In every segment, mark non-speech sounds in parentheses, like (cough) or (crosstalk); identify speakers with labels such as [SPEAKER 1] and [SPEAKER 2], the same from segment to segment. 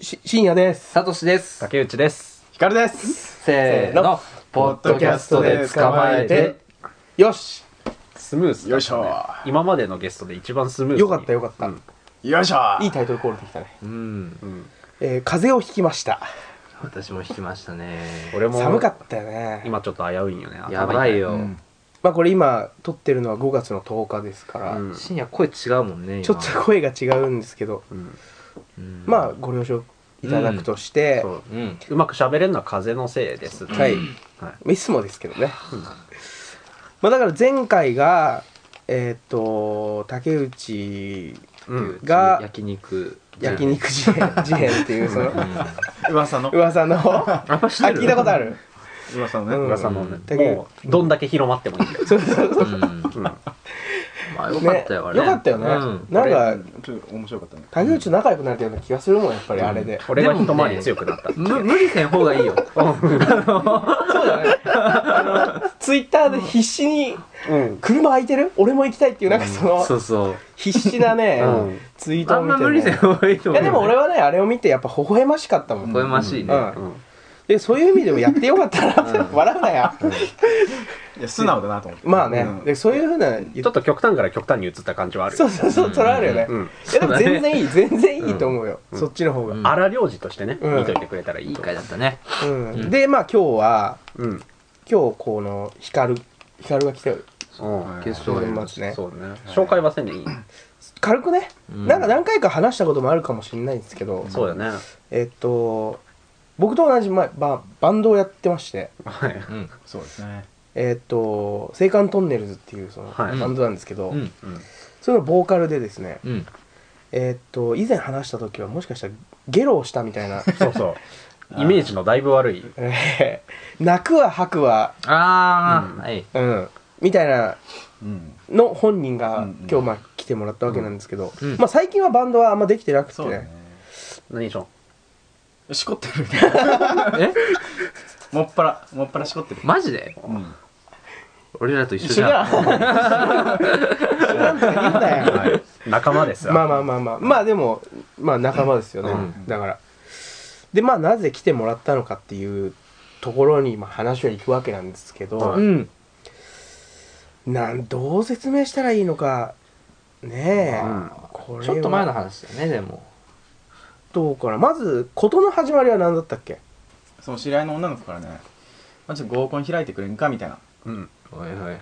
[SPEAKER 1] し、深夜です。
[SPEAKER 2] サトシです。
[SPEAKER 3] 竹内です。
[SPEAKER 1] ヒカルです。
[SPEAKER 2] せーの、ポッドキャストで捕まえて。
[SPEAKER 1] よし
[SPEAKER 3] スムーズ、
[SPEAKER 4] よいしょ。
[SPEAKER 3] 今までのゲストで一番スムーズに。
[SPEAKER 1] よかったよかった。
[SPEAKER 4] よいしょ
[SPEAKER 1] いいタイトルコールできたね。
[SPEAKER 3] うん。
[SPEAKER 1] えー、風邪をひきました。
[SPEAKER 2] 私も弾きましたね。
[SPEAKER 3] 俺も
[SPEAKER 1] 寒かったよね。
[SPEAKER 3] 今ちょっと危ういんよね。頭痛
[SPEAKER 2] やばい。よ。
[SPEAKER 1] まあこれ今、撮ってるのは5月の10日ですから、
[SPEAKER 3] うん
[SPEAKER 2] 深夜声違うもんね。
[SPEAKER 1] ちょっと声が違うんですけど、
[SPEAKER 3] うん。
[SPEAKER 1] まあご了承いただくとして、
[SPEAKER 3] そう。
[SPEAKER 2] 今。うん。
[SPEAKER 3] うまく喋れるのは風のせいです。
[SPEAKER 1] はい。
[SPEAKER 3] はい
[SPEAKER 1] つもですけどね。まあだから前回が、えっ、と、竹内
[SPEAKER 3] うん。
[SPEAKER 1] が
[SPEAKER 2] 焼肉。
[SPEAKER 1] 焼。肉事変事変っていうその
[SPEAKER 2] うん。
[SPEAKER 4] 噂の
[SPEAKER 1] 噂の、あ、
[SPEAKER 3] やっぱ知ってる
[SPEAKER 1] 聞いたことある
[SPEAKER 4] 噂の
[SPEAKER 1] う
[SPEAKER 4] ね
[SPEAKER 1] ん
[SPEAKER 3] 噂の
[SPEAKER 1] う
[SPEAKER 3] ね。
[SPEAKER 1] ん
[SPEAKER 3] もう、どんだけ広まってもいいよ。
[SPEAKER 1] そうそうそう
[SPEAKER 2] うんまあよかったよ、あれ。
[SPEAKER 1] ね、よかったよね、
[SPEAKER 2] うん
[SPEAKER 1] なんか
[SPEAKER 4] ちょっと面白かったね
[SPEAKER 1] 竹内と仲良くなれたような気がするもんやっぱりあれで、
[SPEAKER 3] 俺が一回り強くなった。
[SPEAKER 2] む無理せん方がいいよ。
[SPEAKER 1] そうだねあのツイッターで必死に
[SPEAKER 3] うん。
[SPEAKER 1] 「車空いてる俺も行きたい」っていうなんかその、
[SPEAKER 2] そうそう。
[SPEAKER 1] 必死なね、
[SPEAKER 3] うん
[SPEAKER 1] ツイート
[SPEAKER 2] あ
[SPEAKER 1] を
[SPEAKER 2] ん
[SPEAKER 1] 見て、
[SPEAKER 2] ま
[SPEAKER 1] ね、
[SPEAKER 2] 無理せん方がいい
[SPEAKER 1] い
[SPEAKER 2] と思
[SPEAKER 1] や
[SPEAKER 2] う。
[SPEAKER 1] でも俺。はねあれを見てやっぱ微笑ましかったもん、
[SPEAKER 2] 微笑ましいね。
[SPEAKER 1] うん
[SPEAKER 3] うん。
[SPEAKER 1] でそういう意味でもやってよかったなって、笑うなや、
[SPEAKER 4] いや素直だなと思って
[SPEAKER 1] まあね、
[SPEAKER 4] うん
[SPEAKER 1] でそういうふうな
[SPEAKER 3] ちょっと極端から極端に移った感じはある。
[SPEAKER 1] そうそうそうそれあるよね、
[SPEAKER 3] うん。
[SPEAKER 1] いやでも全然いい全然いい
[SPEAKER 3] うん
[SPEAKER 1] と思うよ、そっちの方が、
[SPEAKER 2] うん
[SPEAKER 3] 荒領事としてね、
[SPEAKER 1] うん
[SPEAKER 3] 見といてくれたらい
[SPEAKER 2] い
[SPEAKER 3] い
[SPEAKER 2] い
[SPEAKER 3] と
[SPEAKER 2] 回だったね。
[SPEAKER 1] うん
[SPEAKER 2] うん
[SPEAKER 1] でまあ今日は
[SPEAKER 3] うん。
[SPEAKER 1] 今日この光る光が来て
[SPEAKER 3] そう
[SPEAKER 2] ゲストがいます。
[SPEAKER 1] すね
[SPEAKER 3] そうね。紹介はせんでいい。
[SPEAKER 1] 軽くね、
[SPEAKER 2] うん
[SPEAKER 1] なんか何回か話したこともあるかもしれないんですけど
[SPEAKER 3] そうだね。
[SPEAKER 1] えっと僕と同じ前ババンドをやってまして
[SPEAKER 3] はい。
[SPEAKER 2] うん。
[SPEAKER 4] そうですね
[SPEAKER 1] えっと青函トンネルズっていうその、
[SPEAKER 3] はい
[SPEAKER 1] バンドなんですけど、
[SPEAKER 2] うん。
[SPEAKER 3] うん。
[SPEAKER 1] それのボーカルでですね
[SPEAKER 2] うん。
[SPEAKER 1] えっと以前話した時はもしかしたらゲロをしたみたいな
[SPEAKER 3] そうそう。イメージのだいぶ悪い。
[SPEAKER 1] えー泣くは吐くは
[SPEAKER 2] ああ、はい。
[SPEAKER 1] うんみたいな
[SPEAKER 4] うん
[SPEAKER 1] の本人が、
[SPEAKER 4] うんうん
[SPEAKER 1] 今日まあ来てもらったわけなんですけど、
[SPEAKER 2] うん
[SPEAKER 1] まあ最近はバンドはあんまできてなくて
[SPEAKER 4] そうだね
[SPEAKER 3] 何でしょ
[SPEAKER 4] しこってる
[SPEAKER 2] え
[SPEAKER 4] もっぱらもっぱらしこってる
[SPEAKER 2] マジで
[SPEAKER 4] うん
[SPEAKER 2] 俺らと一緒
[SPEAKER 1] 一緒
[SPEAKER 2] じ
[SPEAKER 1] だ
[SPEAKER 2] ゃん。
[SPEAKER 1] 一緒なんとか言うなよ
[SPEAKER 4] はい
[SPEAKER 3] 仲間ですよ。
[SPEAKER 1] まあまあまあまあまあでもまあ仲間ですよね、
[SPEAKER 2] うん
[SPEAKER 1] だからでまあなぜ来てもらったのかっていうところにまあ話は行くわけなんですけど、
[SPEAKER 3] は
[SPEAKER 2] うん。
[SPEAKER 1] なんどう説明したらいいのかねえ、
[SPEAKER 3] うん
[SPEAKER 1] これ
[SPEAKER 2] ちょっと前の話だよね、でも。
[SPEAKER 1] どうかなまず事の始まりは何だったっけ
[SPEAKER 4] その知り合いの女の子からねまあちょっと合コン開いてくれんかみたいな
[SPEAKER 3] うん。
[SPEAKER 2] はいはいはい。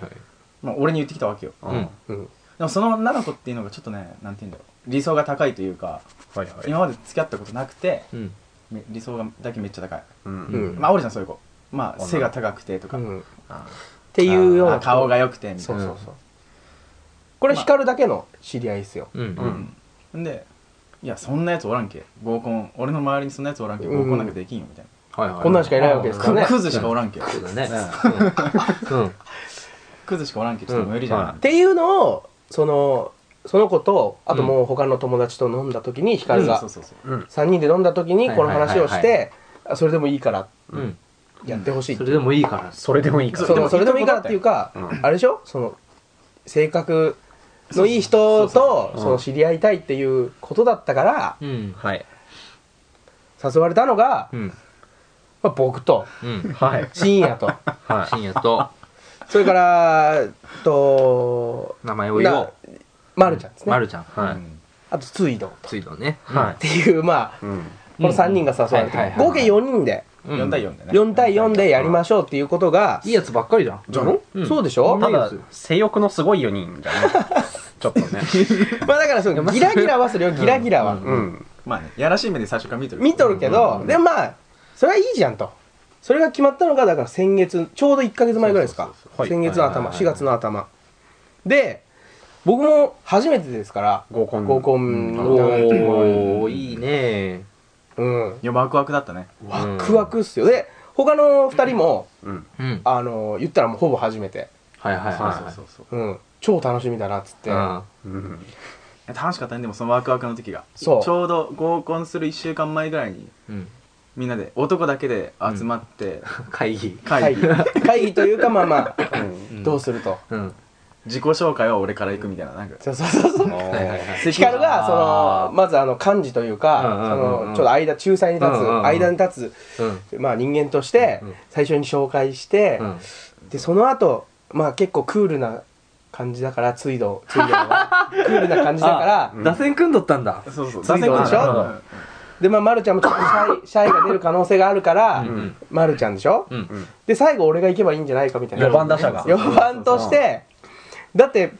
[SPEAKER 4] まあ俺に言ってきたわけよ
[SPEAKER 3] うん。はい
[SPEAKER 1] うん
[SPEAKER 4] でもその女の子っていうのがちょっとねなんて言うんだろう理想が高いというか
[SPEAKER 3] はい。
[SPEAKER 4] 今まで付き合ったことなくて
[SPEAKER 2] うん。
[SPEAKER 4] め理想がだけめっちゃ高い
[SPEAKER 3] うん
[SPEAKER 1] うん
[SPEAKER 4] まあおるじゃんそういう子まあ
[SPEAKER 3] 女
[SPEAKER 4] 背が高くてと
[SPEAKER 1] う
[SPEAKER 4] か
[SPEAKER 1] ん、っ
[SPEAKER 3] あ
[SPEAKER 1] ていうような
[SPEAKER 4] あ顔が良くてみた
[SPEAKER 1] そ
[SPEAKER 4] いうな
[SPEAKER 1] そうそうこれ光るだけの知り合いですよ、
[SPEAKER 2] うん。
[SPEAKER 3] う
[SPEAKER 2] うんん。
[SPEAKER 4] んでいやそんなやつおらんけ合コン俺の周りにそんなやつおらんけ合コンなんかできんよみたい
[SPEAKER 2] はいはい。
[SPEAKER 1] こんなんしかいないわけです
[SPEAKER 4] な、
[SPEAKER 1] からね、
[SPEAKER 4] クズしかおらんけ、
[SPEAKER 2] そうだね。うん。
[SPEAKER 4] クズしかおらんけちょっと無理じゃな
[SPEAKER 3] うん
[SPEAKER 4] い、
[SPEAKER 1] っていうのをそのその子とあともう他の友達と飲んだ時に光が
[SPEAKER 4] そうそうそう
[SPEAKER 3] うん。
[SPEAKER 1] 3人で飲んだ時にこの話をし
[SPEAKER 2] はいはいは
[SPEAKER 1] てあそれでもいいから
[SPEAKER 2] うん。
[SPEAKER 1] やってほしい
[SPEAKER 2] それでもいいから。
[SPEAKER 3] それでもいいか
[SPEAKER 1] その
[SPEAKER 3] ら。
[SPEAKER 1] それでもいいからっていうか
[SPEAKER 3] うん
[SPEAKER 1] あれでしょその性格のいい人と
[SPEAKER 3] そうそうそう
[SPEAKER 1] その知り合いたいっていうことだったから
[SPEAKER 2] うん。
[SPEAKER 3] はい。
[SPEAKER 1] 誘われたのが
[SPEAKER 2] う、ん。
[SPEAKER 1] まあ、僕と
[SPEAKER 2] うん。
[SPEAKER 3] はい。
[SPEAKER 1] 深夜
[SPEAKER 2] (laughs)
[SPEAKER 1] と
[SPEAKER 3] は
[SPEAKER 2] 深夜と、
[SPEAKER 1] それからえっと
[SPEAKER 2] 名前を言お
[SPEAKER 1] な
[SPEAKER 2] う。
[SPEAKER 1] まるちゃんですね
[SPEAKER 2] まるちゃん。
[SPEAKER 3] い。はい。
[SPEAKER 1] あとツイドっ
[SPEAKER 2] ついのね。
[SPEAKER 3] は
[SPEAKER 1] ていうまあ
[SPEAKER 3] い。うん。
[SPEAKER 1] この3人が誘われ
[SPEAKER 2] うんはい
[SPEAKER 1] て
[SPEAKER 2] はいはい
[SPEAKER 1] 合計4人で
[SPEAKER 2] う
[SPEAKER 4] うん
[SPEAKER 2] ん
[SPEAKER 4] 4対4でね
[SPEAKER 1] 4対4でやりましょうっていうことが
[SPEAKER 2] いいやつばっかりじゃん。
[SPEAKER 1] じゃろ
[SPEAKER 2] うん
[SPEAKER 1] そうでしょ
[SPEAKER 2] う
[SPEAKER 3] た
[SPEAKER 2] んいいで
[SPEAKER 3] だ
[SPEAKER 2] すよ、
[SPEAKER 3] 性欲のすごい4人じゃね。ちょっとね。
[SPEAKER 1] まあだからそのギラギラはするよギラギラは
[SPEAKER 3] うん。
[SPEAKER 4] まあねやらしい目で最初から見とる
[SPEAKER 1] 見とるけどでもまあそれはいいじゃんとそれが決まったのがだから先月ちょうど1か月前ぐらいですか
[SPEAKER 4] そう
[SPEAKER 3] そうそうはい
[SPEAKER 1] 先月の
[SPEAKER 2] はい
[SPEAKER 1] 頭
[SPEAKER 2] はいはい
[SPEAKER 1] 4月の頭で僕も初めてですから
[SPEAKER 3] 合コン。
[SPEAKER 1] 合コン
[SPEAKER 2] おー、いいね。
[SPEAKER 1] うん
[SPEAKER 4] いやワクワクだったね
[SPEAKER 1] ワクワクっすよで他の2人も
[SPEAKER 3] うん。
[SPEAKER 2] うん。
[SPEAKER 1] あの言ったらもうほぼ初めて
[SPEAKER 2] はいはい
[SPEAKER 4] そう
[SPEAKER 2] は
[SPEAKER 4] そう
[SPEAKER 2] い。
[SPEAKER 4] そうそう
[SPEAKER 1] うん超楽しみだなっつって
[SPEAKER 2] うん。
[SPEAKER 3] うん。
[SPEAKER 4] 楽しかったねでもそのワクワクの時が
[SPEAKER 1] そう
[SPEAKER 4] ちょうど合コンする1週間前ぐらいに
[SPEAKER 2] うん。
[SPEAKER 4] みんなで男だけで集まって、
[SPEAKER 2] 会議。
[SPEAKER 4] (laughs) 会議、
[SPEAKER 1] 会議会議というかまあまあどうすると
[SPEAKER 2] うん。
[SPEAKER 4] 自己紹介は俺から行くみたいななんか
[SPEAKER 1] そうそうそうそう
[SPEAKER 3] はいはいはい
[SPEAKER 1] ヒカルがそ
[SPEAKER 2] あ
[SPEAKER 1] のまずあの幹事というか
[SPEAKER 2] う
[SPEAKER 1] そ
[SPEAKER 2] んうんうんうん
[SPEAKER 1] のちょっと間仲裁に立つ
[SPEAKER 2] うんうんうん
[SPEAKER 1] 間に立つまあ人間として
[SPEAKER 2] うん
[SPEAKER 1] 最初に紹介して
[SPEAKER 2] うん
[SPEAKER 1] でその後まあ結構クールな感じだからついどついど
[SPEAKER 2] (laughs)
[SPEAKER 1] はクールな感じだから
[SPEAKER 2] 打線組んどったんだ
[SPEAKER 4] そうそう
[SPEAKER 2] ついて
[SPEAKER 4] 打線
[SPEAKER 2] こ
[SPEAKER 4] で
[SPEAKER 2] ない
[SPEAKER 4] しょ
[SPEAKER 2] なるほど
[SPEAKER 4] うん
[SPEAKER 1] でまあまるちゃんもちょっとシャイシャイが出る可能性があるから
[SPEAKER 2] ん
[SPEAKER 1] まるちゃんでしょ
[SPEAKER 2] うん
[SPEAKER 3] うん
[SPEAKER 1] で最後俺が行けばいいんじゃないかみたいな
[SPEAKER 3] 四番打者が
[SPEAKER 1] 4番としてだって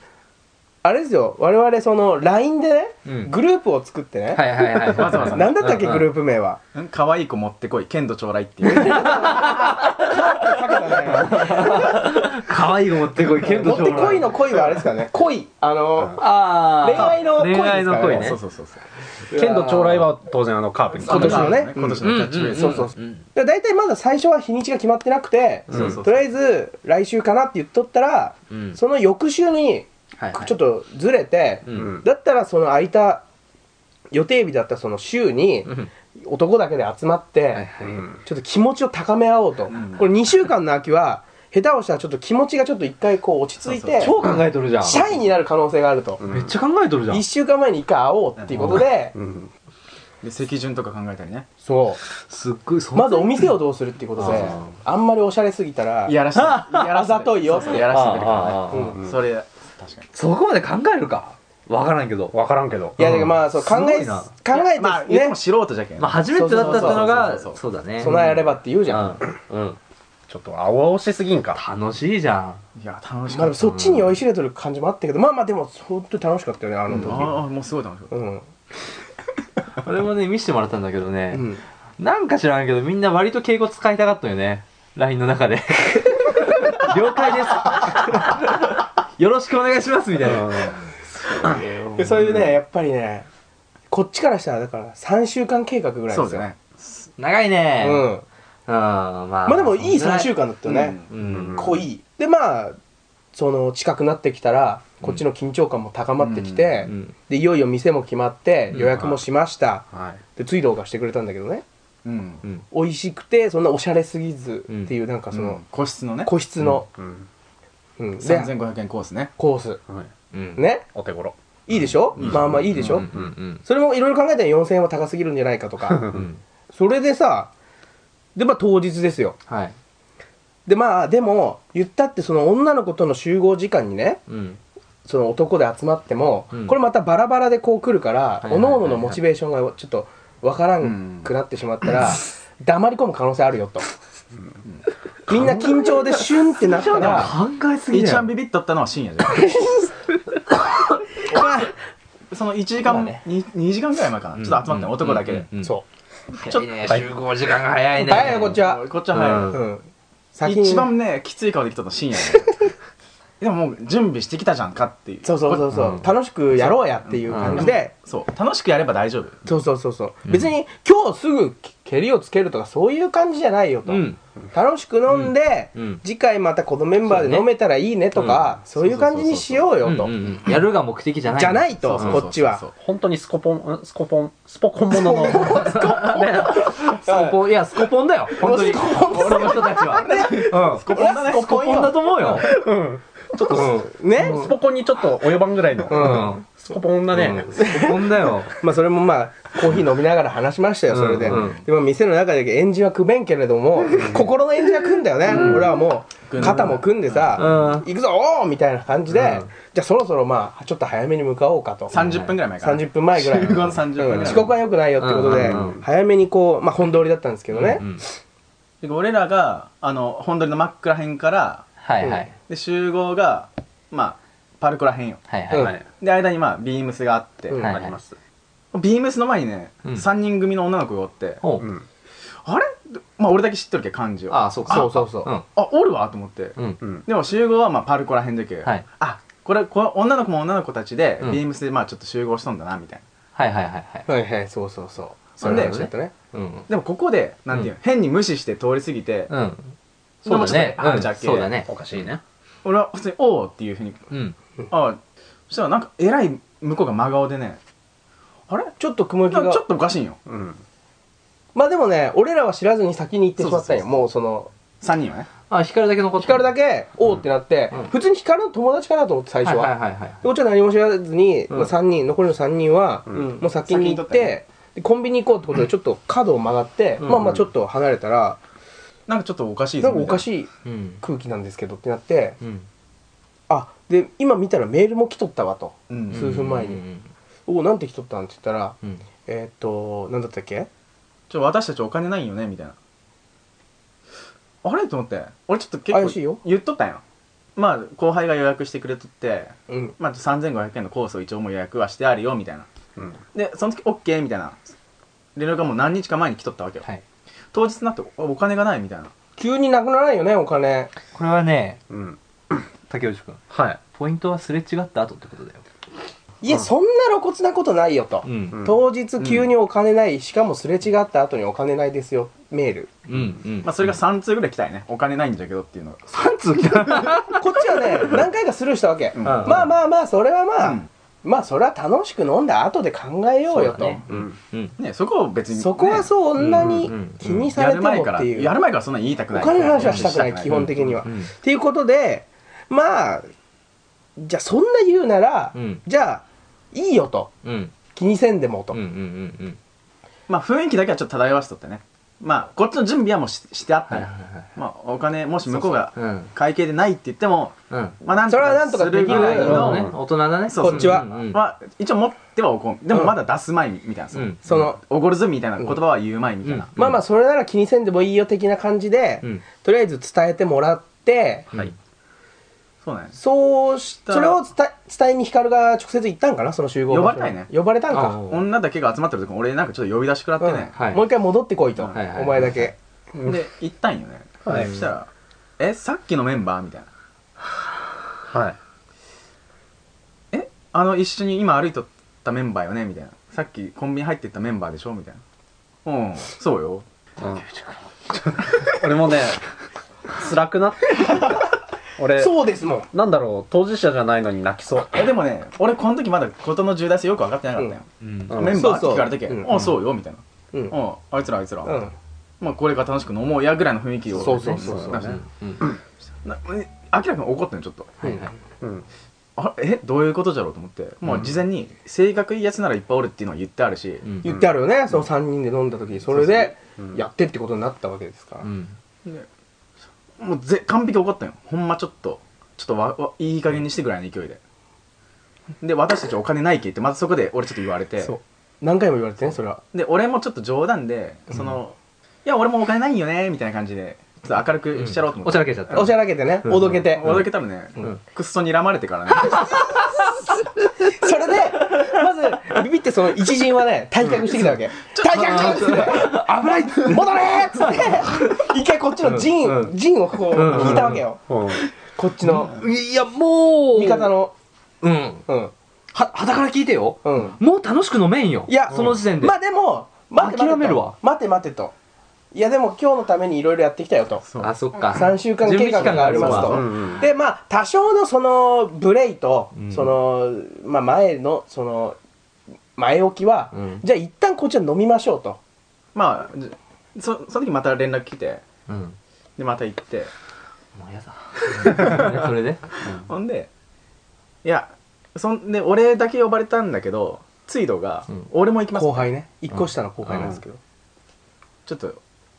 [SPEAKER 1] あれですよ我々その LINE でね、
[SPEAKER 2] うん
[SPEAKER 1] グループを作ってね、
[SPEAKER 2] はいはいはい
[SPEAKER 4] わざわざ
[SPEAKER 1] 何だったっけ
[SPEAKER 2] うん
[SPEAKER 1] グループ名は
[SPEAKER 4] うん可愛い子持ってこい剣道ちょうだいっていう
[SPEAKER 1] (laughs)
[SPEAKER 2] 可愛い子持ってこい剣
[SPEAKER 1] 持
[SPEAKER 2] 道
[SPEAKER 1] って恋の恋はあれですかね恋あの
[SPEAKER 2] あー
[SPEAKER 1] 恋愛の恋ですからね
[SPEAKER 2] 恋
[SPEAKER 4] そ
[SPEAKER 2] ね
[SPEAKER 4] うそうそうそう
[SPEAKER 3] 剣道将来は当然あのカープに
[SPEAKER 1] 今年のね
[SPEAKER 4] 今年のキャッチフレーズ
[SPEAKER 1] そうそうだ大体まだ最初は日にちが決まってなくて
[SPEAKER 4] そうそう
[SPEAKER 1] とりあえず来週かなって言っとったら
[SPEAKER 2] うん
[SPEAKER 1] その翌週に
[SPEAKER 2] はいはい
[SPEAKER 1] ちょっとずれて
[SPEAKER 2] う
[SPEAKER 3] うん
[SPEAKER 1] だったらその空いた予定日だったその週に
[SPEAKER 2] うん
[SPEAKER 1] 男だけで集まっ
[SPEAKER 2] はい
[SPEAKER 1] て
[SPEAKER 2] は
[SPEAKER 3] う
[SPEAKER 2] い
[SPEAKER 3] ん
[SPEAKER 1] ちょっと気持ちを高め合おうと
[SPEAKER 4] ん
[SPEAKER 1] これ2週間の秋は下手をしたらちょっと気持ちがちょっと一回こう落ち着いて
[SPEAKER 2] 超考えとるじゃん
[SPEAKER 1] シャイになる可能性があると
[SPEAKER 3] うん
[SPEAKER 2] めっちゃ考えとるじゃん
[SPEAKER 1] 1週間前に一回会おうっていうことで
[SPEAKER 3] うん
[SPEAKER 4] で席順とか考えたりね
[SPEAKER 1] そ
[SPEAKER 2] すっごいそうんな
[SPEAKER 1] まずお店をどうするっていうことで
[SPEAKER 2] あ
[SPEAKER 1] あんまりおしゃれすぎたら
[SPEAKER 4] いやらしていや
[SPEAKER 1] (laughs)
[SPEAKER 4] ら
[SPEAKER 1] あざといよって
[SPEAKER 4] そうそうやらしてくれる
[SPEAKER 2] あー
[SPEAKER 4] か
[SPEAKER 2] あ
[SPEAKER 4] ら
[SPEAKER 2] ー
[SPEAKER 4] ね
[SPEAKER 1] あー
[SPEAKER 4] うんそれ確かに
[SPEAKER 2] そこまで考えるかわからんけど
[SPEAKER 3] 分からんけど
[SPEAKER 1] いやだけどまあそう考え
[SPEAKER 2] すごいな
[SPEAKER 1] 考えて
[SPEAKER 4] まあ言って
[SPEAKER 1] ね
[SPEAKER 4] も素人じゃけん
[SPEAKER 2] まあ初めてだったってのが
[SPEAKER 4] そうそう
[SPEAKER 2] そうだね
[SPEAKER 1] 備えあればって言うじゃん
[SPEAKER 2] うんうん
[SPEAKER 3] ちょっと青々しすぎんか
[SPEAKER 2] 楽しいじゃん
[SPEAKER 4] いや楽し
[SPEAKER 1] ま
[SPEAKER 4] か
[SPEAKER 1] あ
[SPEAKER 4] っ
[SPEAKER 1] で
[SPEAKER 4] た
[SPEAKER 1] もそっちに酔いしれてる感じもあったけどまあまあでも本当に楽しかったよねあの時
[SPEAKER 4] ああもうすごい楽しかっ
[SPEAKER 1] うん
[SPEAKER 2] (laughs) 俺もね見せてもらったんだけどね
[SPEAKER 1] うん
[SPEAKER 2] なんか知らんけど、みんな割と敬語使いたかったよね。LINE の
[SPEAKER 1] (laughs)
[SPEAKER 2] 中で。了解です。よろしくお願いします、みたいな。
[SPEAKER 1] でそういうねやっぱりねこっちからしたらだから3週間計画ぐら
[SPEAKER 4] た
[SPEAKER 1] い
[SPEAKER 4] そ
[SPEAKER 1] です
[SPEAKER 4] うだ
[SPEAKER 1] よ
[SPEAKER 4] ね
[SPEAKER 2] 長いね。
[SPEAKER 1] う
[SPEAKER 2] うん。
[SPEAKER 1] ん
[SPEAKER 2] まあ。
[SPEAKER 1] まあでもいい3週
[SPEAKER 2] 間。
[SPEAKER 1] 間だったよね
[SPEAKER 4] うん
[SPEAKER 2] うん。
[SPEAKER 1] 濃いでまあその近くなってきたらこっちの緊張感も高まってきて、
[SPEAKER 2] うん
[SPEAKER 1] でいよいよ店も決まって
[SPEAKER 2] うん
[SPEAKER 1] 予約もしました、
[SPEAKER 2] はい。
[SPEAKER 1] で追悼がしてくれたんだけどね
[SPEAKER 4] うん
[SPEAKER 2] うん。
[SPEAKER 1] 美味しくてそんなおしゃれすぎずっていうなんかそ
[SPEAKER 4] そ
[SPEAKER 1] の
[SPEAKER 4] の個室のね
[SPEAKER 1] 個室の、
[SPEAKER 3] うん
[SPEAKER 1] うんで
[SPEAKER 4] 3500円コースね
[SPEAKER 1] コー
[SPEAKER 3] はい
[SPEAKER 2] うん
[SPEAKER 1] スね
[SPEAKER 3] お手頃
[SPEAKER 1] いいでしょ、
[SPEAKER 4] うん
[SPEAKER 1] まあまあいいでしょ、
[SPEAKER 2] うんうん
[SPEAKER 1] それもいろいろ考えたら4000円は高すぎるんじゃないかと
[SPEAKER 2] う
[SPEAKER 1] か
[SPEAKER 2] ん。うん。
[SPEAKER 1] それでさでまあ当日ですよ
[SPEAKER 2] はい。
[SPEAKER 1] でまあでも言ったってその女の子との集合時間にね
[SPEAKER 2] うん。
[SPEAKER 1] その男で集まっても、
[SPEAKER 2] うん
[SPEAKER 1] これまたバラバラでこう来るから、
[SPEAKER 2] いは
[SPEAKER 1] 各
[SPEAKER 2] いはい
[SPEAKER 1] 々
[SPEAKER 2] はい
[SPEAKER 1] のモチベーションがちょっとわからんくなってしまった
[SPEAKER 2] (laughs)
[SPEAKER 1] ら、黙り込む可能性あるよと、みんな緊張でシュンってなったら
[SPEAKER 2] 考えすぎ
[SPEAKER 4] 一
[SPEAKER 2] だよ
[SPEAKER 4] 番。ビビっとったのは深夜 (laughs) じゃんその1時
[SPEAKER 1] ま
[SPEAKER 4] 間
[SPEAKER 1] あね
[SPEAKER 4] に2時間ぐらい前かなちょっと集まったの男だけで
[SPEAKER 2] うん
[SPEAKER 1] そ
[SPEAKER 2] ちょっとね集合時間が早いね。
[SPEAKER 1] 早いよこっちは
[SPEAKER 4] こっちは早い
[SPEAKER 1] うん、先に
[SPEAKER 4] 一番ねきつい顔できたの深夜で
[SPEAKER 1] (laughs)
[SPEAKER 4] でももう準備してきたじゃんかっていう
[SPEAKER 1] そうそうそうそう、
[SPEAKER 2] うん
[SPEAKER 1] 楽しくやろうやっていう感じで、
[SPEAKER 4] そう楽しくやれば大丈夫
[SPEAKER 1] そうそうそうそう、別に今日すぐ蹴りをつけるとかそういう感じじゃないよと、
[SPEAKER 2] うん
[SPEAKER 1] 楽しく飲んで、
[SPEAKER 2] うんうん
[SPEAKER 1] 次回またこのメンバーで飲めたらいいねとかそう,、いう感じにしようよと、
[SPEAKER 2] うんうんうんやるが目的じゃない。
[SPEAKER 1] じゃないと
[SPEAKER 4] そうそうそうそう
[SPEAKER 1] こっちは
[SPEAKER 3] 本当にスコポンスコポンスポコンもののね
[SPEAKER 2] スコポン、いや、スコポンだよ。本当に。俺の人たちは。うん。スコ
[SPEAKER 1] 俺はスコポン
[SPEAKER 2] ポンだ
[SPEAKER 1] よ
[SPEAKER 2] と思うよ。
[SPEAKER 1] ちょっと、ね、
[SPEAKER 3] スポコンにちょっと及ばんぐらいの、
[SPEAKER 1] うん
[SPEAKER 3] スコポンだね、
[SPEAKER 2] うんスコポンだよ。
[SPEAKER 1] まあそれもまあコーヒー飲みながら話しましたよそれで、
[SPEAKER 2] うんうん
[SPEAKER 1] でも店の中でエンジンは組めんけれども、心のエンジンは組んだよね、俺はもう肩も組んでさ、
[SPEAKER 2] う
[SPEAKER 1] 行くぞーみたいな感じで、
[SPEAKER 2] うん
[SPEAKER 1] じゃあそろそろまあちょっと早めに向かおうかと
[SPEAKER 4] 30分ぐらい前から
[SPEAKER 1] 30分前ぐらい
[SPEAKER 4] 集合の30分ぐらい
[SPEAKER 1] うん遅刻は良くないよってことで、
[SPEAKER 2] うんうんうん
[SPEAKER 1] 早めにこう、まあ、本通りだったんですけどね、
[SPEAKER 2] うん
[SPEAKER 4] で俺らがあの本取りの真っ暗辺から
[SPEAKER 2] はいはい。
[SPEAKER 4] で集合がまあパルコら辺よ
[SPEAKER 2] はいはいはい。
[SPEAKER 4] で間にまあビームスがあって、
[SPEAKER 1] うん
[SPEAKER 2] はい
[SPEAKER 3] あります、
[SPEAKER 4] ビームスの前にね、
[SPEAKER 2] うん
[SPEAKER 4] 3人組の女の子がおって
[SPEAKER 2] ほ
[SPEAKER 3] う
[SPEAKER 2] う。
[SPEAKER 3] ん
[SPEAKER 4] あれまあ俺だけ知っとるけど漢字をあ
[SPEAKER 2] ああ、そうか。
[SPEAKER 1] そうそうそう
[SPEAKER 4] おるわと思って、
[SPEAKER 2] うん。うん。
[SPEAKER 3] うん
[SPEAKER 4] でも集合はまあパルコら辺だけど、
[SPEAKER 2] はい
[SPEAKER 4] あこれこれ女の子も女の子たちで、
[SPEAKER 2] うん
[SPEAKER 4] ビームスでまあちょっと集合しとんだなみたいな
[SPEAKER 2] はいはいはいはい。
[SPEAKER 1] はいはいそうそうそう
[SPEAKER 4] そ
[SPEAKER 1] れ
[SPEAKER 4] れ
[SPEAKER 1] で
[SPEAKER 4] で
[SPEAKER 1] ちょっとね
[SPEAKER 2] うん。
[SPEAKER 4] でもここでなんていうの、変に無視して通り過ぎて、
[SPEAKER 2] うん。そうだね。
[SPEAKER 4] でもちょっとあ
[SPEAKER 2] う
[SPEAKER 4] る
[SPEAKER 2] ん
[SPEAKER 4] じゃん
[SPEAKER 2] そうだね。
[SPEAKER 3] おかしいね
[SPEAKER 4] 俺は普通に「おう」っていうふうに
[SPEAKER 2] うん。
[SPEAKER 4] ああそしたらなんかえらい向こうが真顔でねあれ
[SPEAKER 1] ちょっと雲行き
[SPEAKER 4] なんか
[SPEAKER 1] が
[SPEAKER 4] ちょっとおかしいんよ
[SPEAKER 3] うん
[SPEAKER 1] まあでもね俺らは知らずに先に行ってしまったんよ
[SPEAKER 4] そうそうそうそう
[SPEAKER 1] もうその
[SPEAKER 4] 3人はね
[SPEAKER 2] あ、光るだけ残って
[SPEAKER 1] 光るだ
[SPEAKER 2] け
[SPEAKER 1] けおおってなって、普通に光の友達かなと思って最初は,、
[SPEAKER 2] はいはいはいはい。
[SPEAKER 1] こっちは何も知らずに、まあ、3人残りの3人は、
[SPEAKER 2] ん
[SPEAKER 1] もう先に行って
[SPEAKER 4] 先に取った
[SPEAKER 1] でコンビニ行こうってことでちょっと角を曲がって、
[SPEAKER 2] うん
[SPEAKER 1] まあまあちょっと離れたら、
[SPEAKER 4] なんかちょっとおかしい
[SPEAKER 1] なんかおか
[SPEAKER 4] い
[SPEAKER 1] しい
[SPEAKER 2] うん。
[SPEAKER 1] 空気なんですけどってなって
[SPEAKER 2] うん。
[SPEAKER 1] あで今見たらメールも来とったわと
[SPEAKER 4] う
[SPEAKER 1] うん数分前に
[SPEAKER 2] うん
[SPEAKER 1] 「おおなんて来とったん?」って言ったら
[SPEAKER 2] うんうん。
[SPEAKER 1] 「えー、っとなんだったっけ
[SPEAKER 4] ちょ私たちお金ないよねみたいなあれと思って俺ちょっと
[SPEAKER 1] 怪しい
[SPEAKER 4] 結
[SPEAKER 1] よ
[SPEAKER 4] 構言っとったんよまあ後輩が予約してくれとって
[SPEAKER 1] うん
[SPEAKER 4] まあ、3500円のコースを一応もう予約はしてあるよみたいな
[SPEAKER 3] うん
[SPEAKER 4] でその時 OK みたいな連絡がもう何日か前に来とったわけよ、
[SPEAKER 2] はい。
[SPEAKER 4] 当日になっておお金がないみたいな
[SPEAKER 1] 急になくならないよねお金
[SPEAKER 2] これはね、
[SPEAKER 3] うん
[SPEAKER 2] 竹内くん。
[SPEAKER 3] はい
[SPEAKER 2] ポイントはすれ違った後ってことだよ。
[SPEAKER 1] いやそんな露骨なことないよ」と。
[SPEAKER 2] うん。
[SPEAKER 1] 当日急にお金ない、しかもすれ違った後にお金ないですよメール
[SPEAKER 2] うん。うん。
[SPEAKER 4] まあ、それが3通ぐらい来たよねお金ないんだけどっていうのが
[SPEAKER 2] 3通来た。
[SPEAKER 1] こっちはね何回かスルーしたわけ、
[SPEAKER 4] うん
[SPEAKER 1] まあまあまあそれはまあ、
[SPEAKER 4] うん
[SPEAKER 1] まあそれは楽しく飲んだ後で考えようよと
[SPEAKER 2] そうだね
[SPEAKER 3] うん
[SPEAKER 2] うん。
[SPEAKER 4] ねそこを別に、ね、
[SPEAKER 1] そこはそんなに
[SPEAKER 2] うんうんうん
[SPEAKER 1] 気にさ
[SPEAKER 4] や
[SPEAKER 1] れて
[SPEAKER 4] る
[SPEAKER 1] も
[SPEAKER 4] 前か
[SPEAKER 1] っ
[SPEAKER 4] ら
[SPEAKER 1] ていう
[SPEAKER 4] やる前からそんなに言いたく
[SPEAKER 1] お
[SPEAKER 4] ない
[SPEAKER 1] 金の話はしたくない基本的には、
[SPEAKER 2] うんうん
[SPEAKER 1] っていうことでまあじゃあそんな言うなら、
[SPEAKER 2] うん
[SPEAKER 1] じゃあいいよと
[SPEAKER 2] うん。
[SPEAKER 1] 気にせんでもと、
[SPEAKER 2] うんうんうんうん。
[SPEAKER 4] まあ雰囲気だけはちょっと漂わしとってねまあこっちの準備はもうししてあった
[SPEAKER 2] は
[SPEAKER 4] ん
[SPEAKER 2] い
[SPEAKER 4] よ、
[SPEAKER 2] はいはい。
[SPEAKER 4] まあお金もし向こうが
[SPEAKER 2] うん。
[SPEAKER 4] 会計でないって言っても
[SPEAKER 2] うん。
[SPEAKER 4] まあなん
[SPEAKER 1] それはなんとか
[SPEAKER 4] するぐらい
[SPEAKER 3] できる
[SPEAKER 4] の、
[SPEAKER 3] うん
[SPEAKER 2] 大人だね。
[SPEAKER 4] そう
[SPEAKER 1] こっちは
[SPEAKER 2] うんうん
[SPEAKER 4] まあ、一応持ってはおこうでもまだ出す前みたいなさ、
[SPEAKER 2] うん
[SPEAKER 1] その、
[SPEAKER 4] おごるぞみたいな言葉は言う前みたいな、
[SPEAKER 2] うん
[SPEAKER 1] まあまあそれなら気にせんでもいいよ的な感じで、
[SPEAKER 2] うん
[SPEAKER 1] とりあえず伝えてもらって、
[SPEAKER 2] はい。
[SPEAKER 4] そうなんです
[SPEAKER 1] そうした
[SPEAKER 4] た
[SPEAKER 1] そ
[SPEAKER 4] ら
[SPEAKER 1] れを伝え伝えに光が直接行ったんかなその集合場所に
[SPEAKER 4] 呼ばれたいね
[SPEAKER 1] 呼ばれたん
[SPEAKER 2] あ
[SPEAKER 1] か、
[SPEAKER 2] お
[SPEAKER 4] 女だけが集まってる時俺なんかちょっと呼び出し食らってね、
[SPEAKER 2] はい
[SPEAKER 1] もう一回戻ってこいと、
[SPEAKER 4] はい
[SPEAKER 2] はい
[SPEAKER 1] お前だけ、うん
[SPEAKER 4] で行ったんよね、
[SPEAKER 3] はい
[SPEAKER 4] そしたら「えさっきのメンバー?」みたいな
[SPEAKER 3] はい
[SPEAKER 4] 「えあの一緒に今歩いとったメンバーよね?」みたいな「さっきコンビニ入ってったメンバーでしょ?」みたいな「うんそうよ
[SPEAKER 3] うん俺もね辛くなって俺
[SPEAKER 1] そうですもん
[SPEAKER 3] なんだろう当事者じゃないのに泣きそう」
[SPEAKER 4] えでもね俺この時まだ事の重大性よく分かってなかったよ、
[SPEAKER 2] うん
[SPEAKER 3] うん
[SPEAKER 4] メン
[SPEAKER 1] そう
[SPEAKER 4] バーって
[SPEAKER 1] そう
[SPEAKER 4] 聞かれたけ「
[SPEAKER 1] うん
[SPEAKER 4] うんそうよ」みたいな「
[SPEAKER 1] うん
[SPEAKER 4] うん、あいつらあいつら」
[SPEAKER 1] うん
[SPEAKER 4] まあこれから楽しく飲もうやぐらいの雰囲気を
[SPEAKER 1] そうそうそう
[SPEAKER 3] そう
[SPEAKER 4] な
[SPEAKER 3] ね
[SPEAKER 2] うん
[SPEAKER 4] な明らかに怒ってんのちょっと
[SPEAKER 2] はいはい。
[SPEAKER 3] うん
[SPEAKER 4] あえどういうことじゃろうと思ってもう事前に性格いいやつならいっぱいおるっていうのは言ってあるし、
[SPEAKER 2] うん
[SPEAKER 1] 言ってあるよね、その3人で飲んだ時それで
[SPEAKER 3] そうそううん
[SPEAKER 1] やってってことになったわけですから、
[SPEAKER 2] うん。
[SPEAKER 4] もうぜ完璧怒ったんよほんまちょっとちょっとわわいい加減にしてぐらいの勢いでで私たちお金ないけってまたそこで俺ちょっと言われて
[SPEAKER 1] そう何回も言われてねそれは
[SPEAKER 4] で俺もちょっと冗談でその、いや俺もお金ないよねみたいな感じでちょっと明るくしちゃろうと思
[SPEAKER 2] お
[SPEAKER 4] って、
[SPEAKER 2] ちゃらけちゃった。
[SPEAKER 1] おしゃらけてね、おどけて、
[SPEAKER 4] 驚けたらね、
[SPEAKER 2] ん
[SPEAKER 4] くっそにらまれてからね
[SPEAKER 1] (laughs)
[SPEAKER 2] (laughs)
[SPEAKER 1] それでまずビビってその一陣はね退却してきたわけ「退却!」っつって「危ない戻れ!」っつって一回こっちの陣、陣をこう引いたわけよ、
[SPEAKER 3] うん
[SPEAKER 1] こっちの
[SPEAKER 2] いや、もう。
[SPEAKER 1] 味方。の
[SPEAKER 2] うん。
[SPEAKER 1] うん
[SPEAKER 2] は、はたから聞いてよ。
[SPEAKER 1] うん
[SPEAKER 2] もう楽しく飲めんよ。
[SPEAKER 1] いや
[SPEAKER 2] その時点で。
[SPEAKER 1] まあでも待て待てと
[SPEAKER 2] 諦めるわ
[SPEAKER 1] 待て待てといやでも今日のためにいろいろやってきたよと
[SPEAKER 2] あ、そっか。
[SPEAKER 1] 3週間計画がありますと、
[SPEAKER 2] 準備期間があるわ
[SPEAKER 3] うんうん
[SPEAKER 1] でまあ多少のそのブレイと、
[SPEAKER 2] うん
[SPEAKER 1] その、まあ、前のその前置きは、
[SPEAKER 2] うん
[SPEAKER 1] じゃあ一旦こっちは飲みましょうと
[SPEAKER 4] まあじそその時また連絡来て
[SPEAKER 2] うん。
[SPEAKER 4] でまた行って
[SPEAKER 2] もう嫌だ。それで。
[SPEAKER 4] ほんでいやそんで俺だけ呼ばれたんだけどツイドが、
[SPEAKER 2] うん
[SPEAKER 4] 俺も行きます
[SPEAKER 1] 後輩ね一個下の後輩なんですけど、
[SPEAKER 4] ちょっと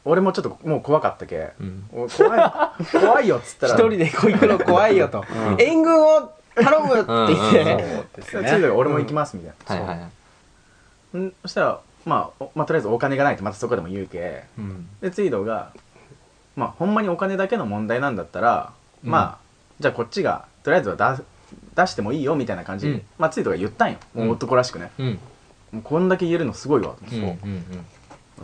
[SPEAKER 4] 俺もちょっともう怖かったけ、
[SPEAKER 2] うん
[SPEAKER 4] お怖
[SPEAKER 2] (laughs)
[SPEAKER 4] い怖いよっつったら
[SPEAKER 1] 一人でこう行くの怖いよと、
[SPEAKER 3] うん
[SPEAKER 1] 援軍を頼むって言って、
[SPEAKER 2] うんうんうん
[SPEAKER 3] そうです
[SPEAKER 4] ツイ
[SPEAKER 3] ね
[SPEAKER 4] ドが俺も行きますみたい
[SPEAKER 2] はい
[SPEAKER 4] な、
[SPEAKER 2] はいはい。
[SPEAKER 4] んそしたら、まあ、おまあとりあえずお金がないってまたそこでも言うけ
[SPEAKER 2] うん。
[SPEAKER 4] でツイドがまあほんまにお金だけの問題なんだったら、
[SPEAKER 2] うん
[SPEAKER 4] まあじゃあこっちがとりあえずは出出してもいいよみたいな感じで、
[SPEAKER 2] うん
[SPEAKER 4] まあ、ツイドが言ったんよ、もう男らしくね
[SPEAKER 2] うん。
[SPEAKER 4] もうこんだけ言えるのすごいわと思っ
[SPEAKER 2] う
[SPEAKER 4] て、
[SPEAKER 2] ん。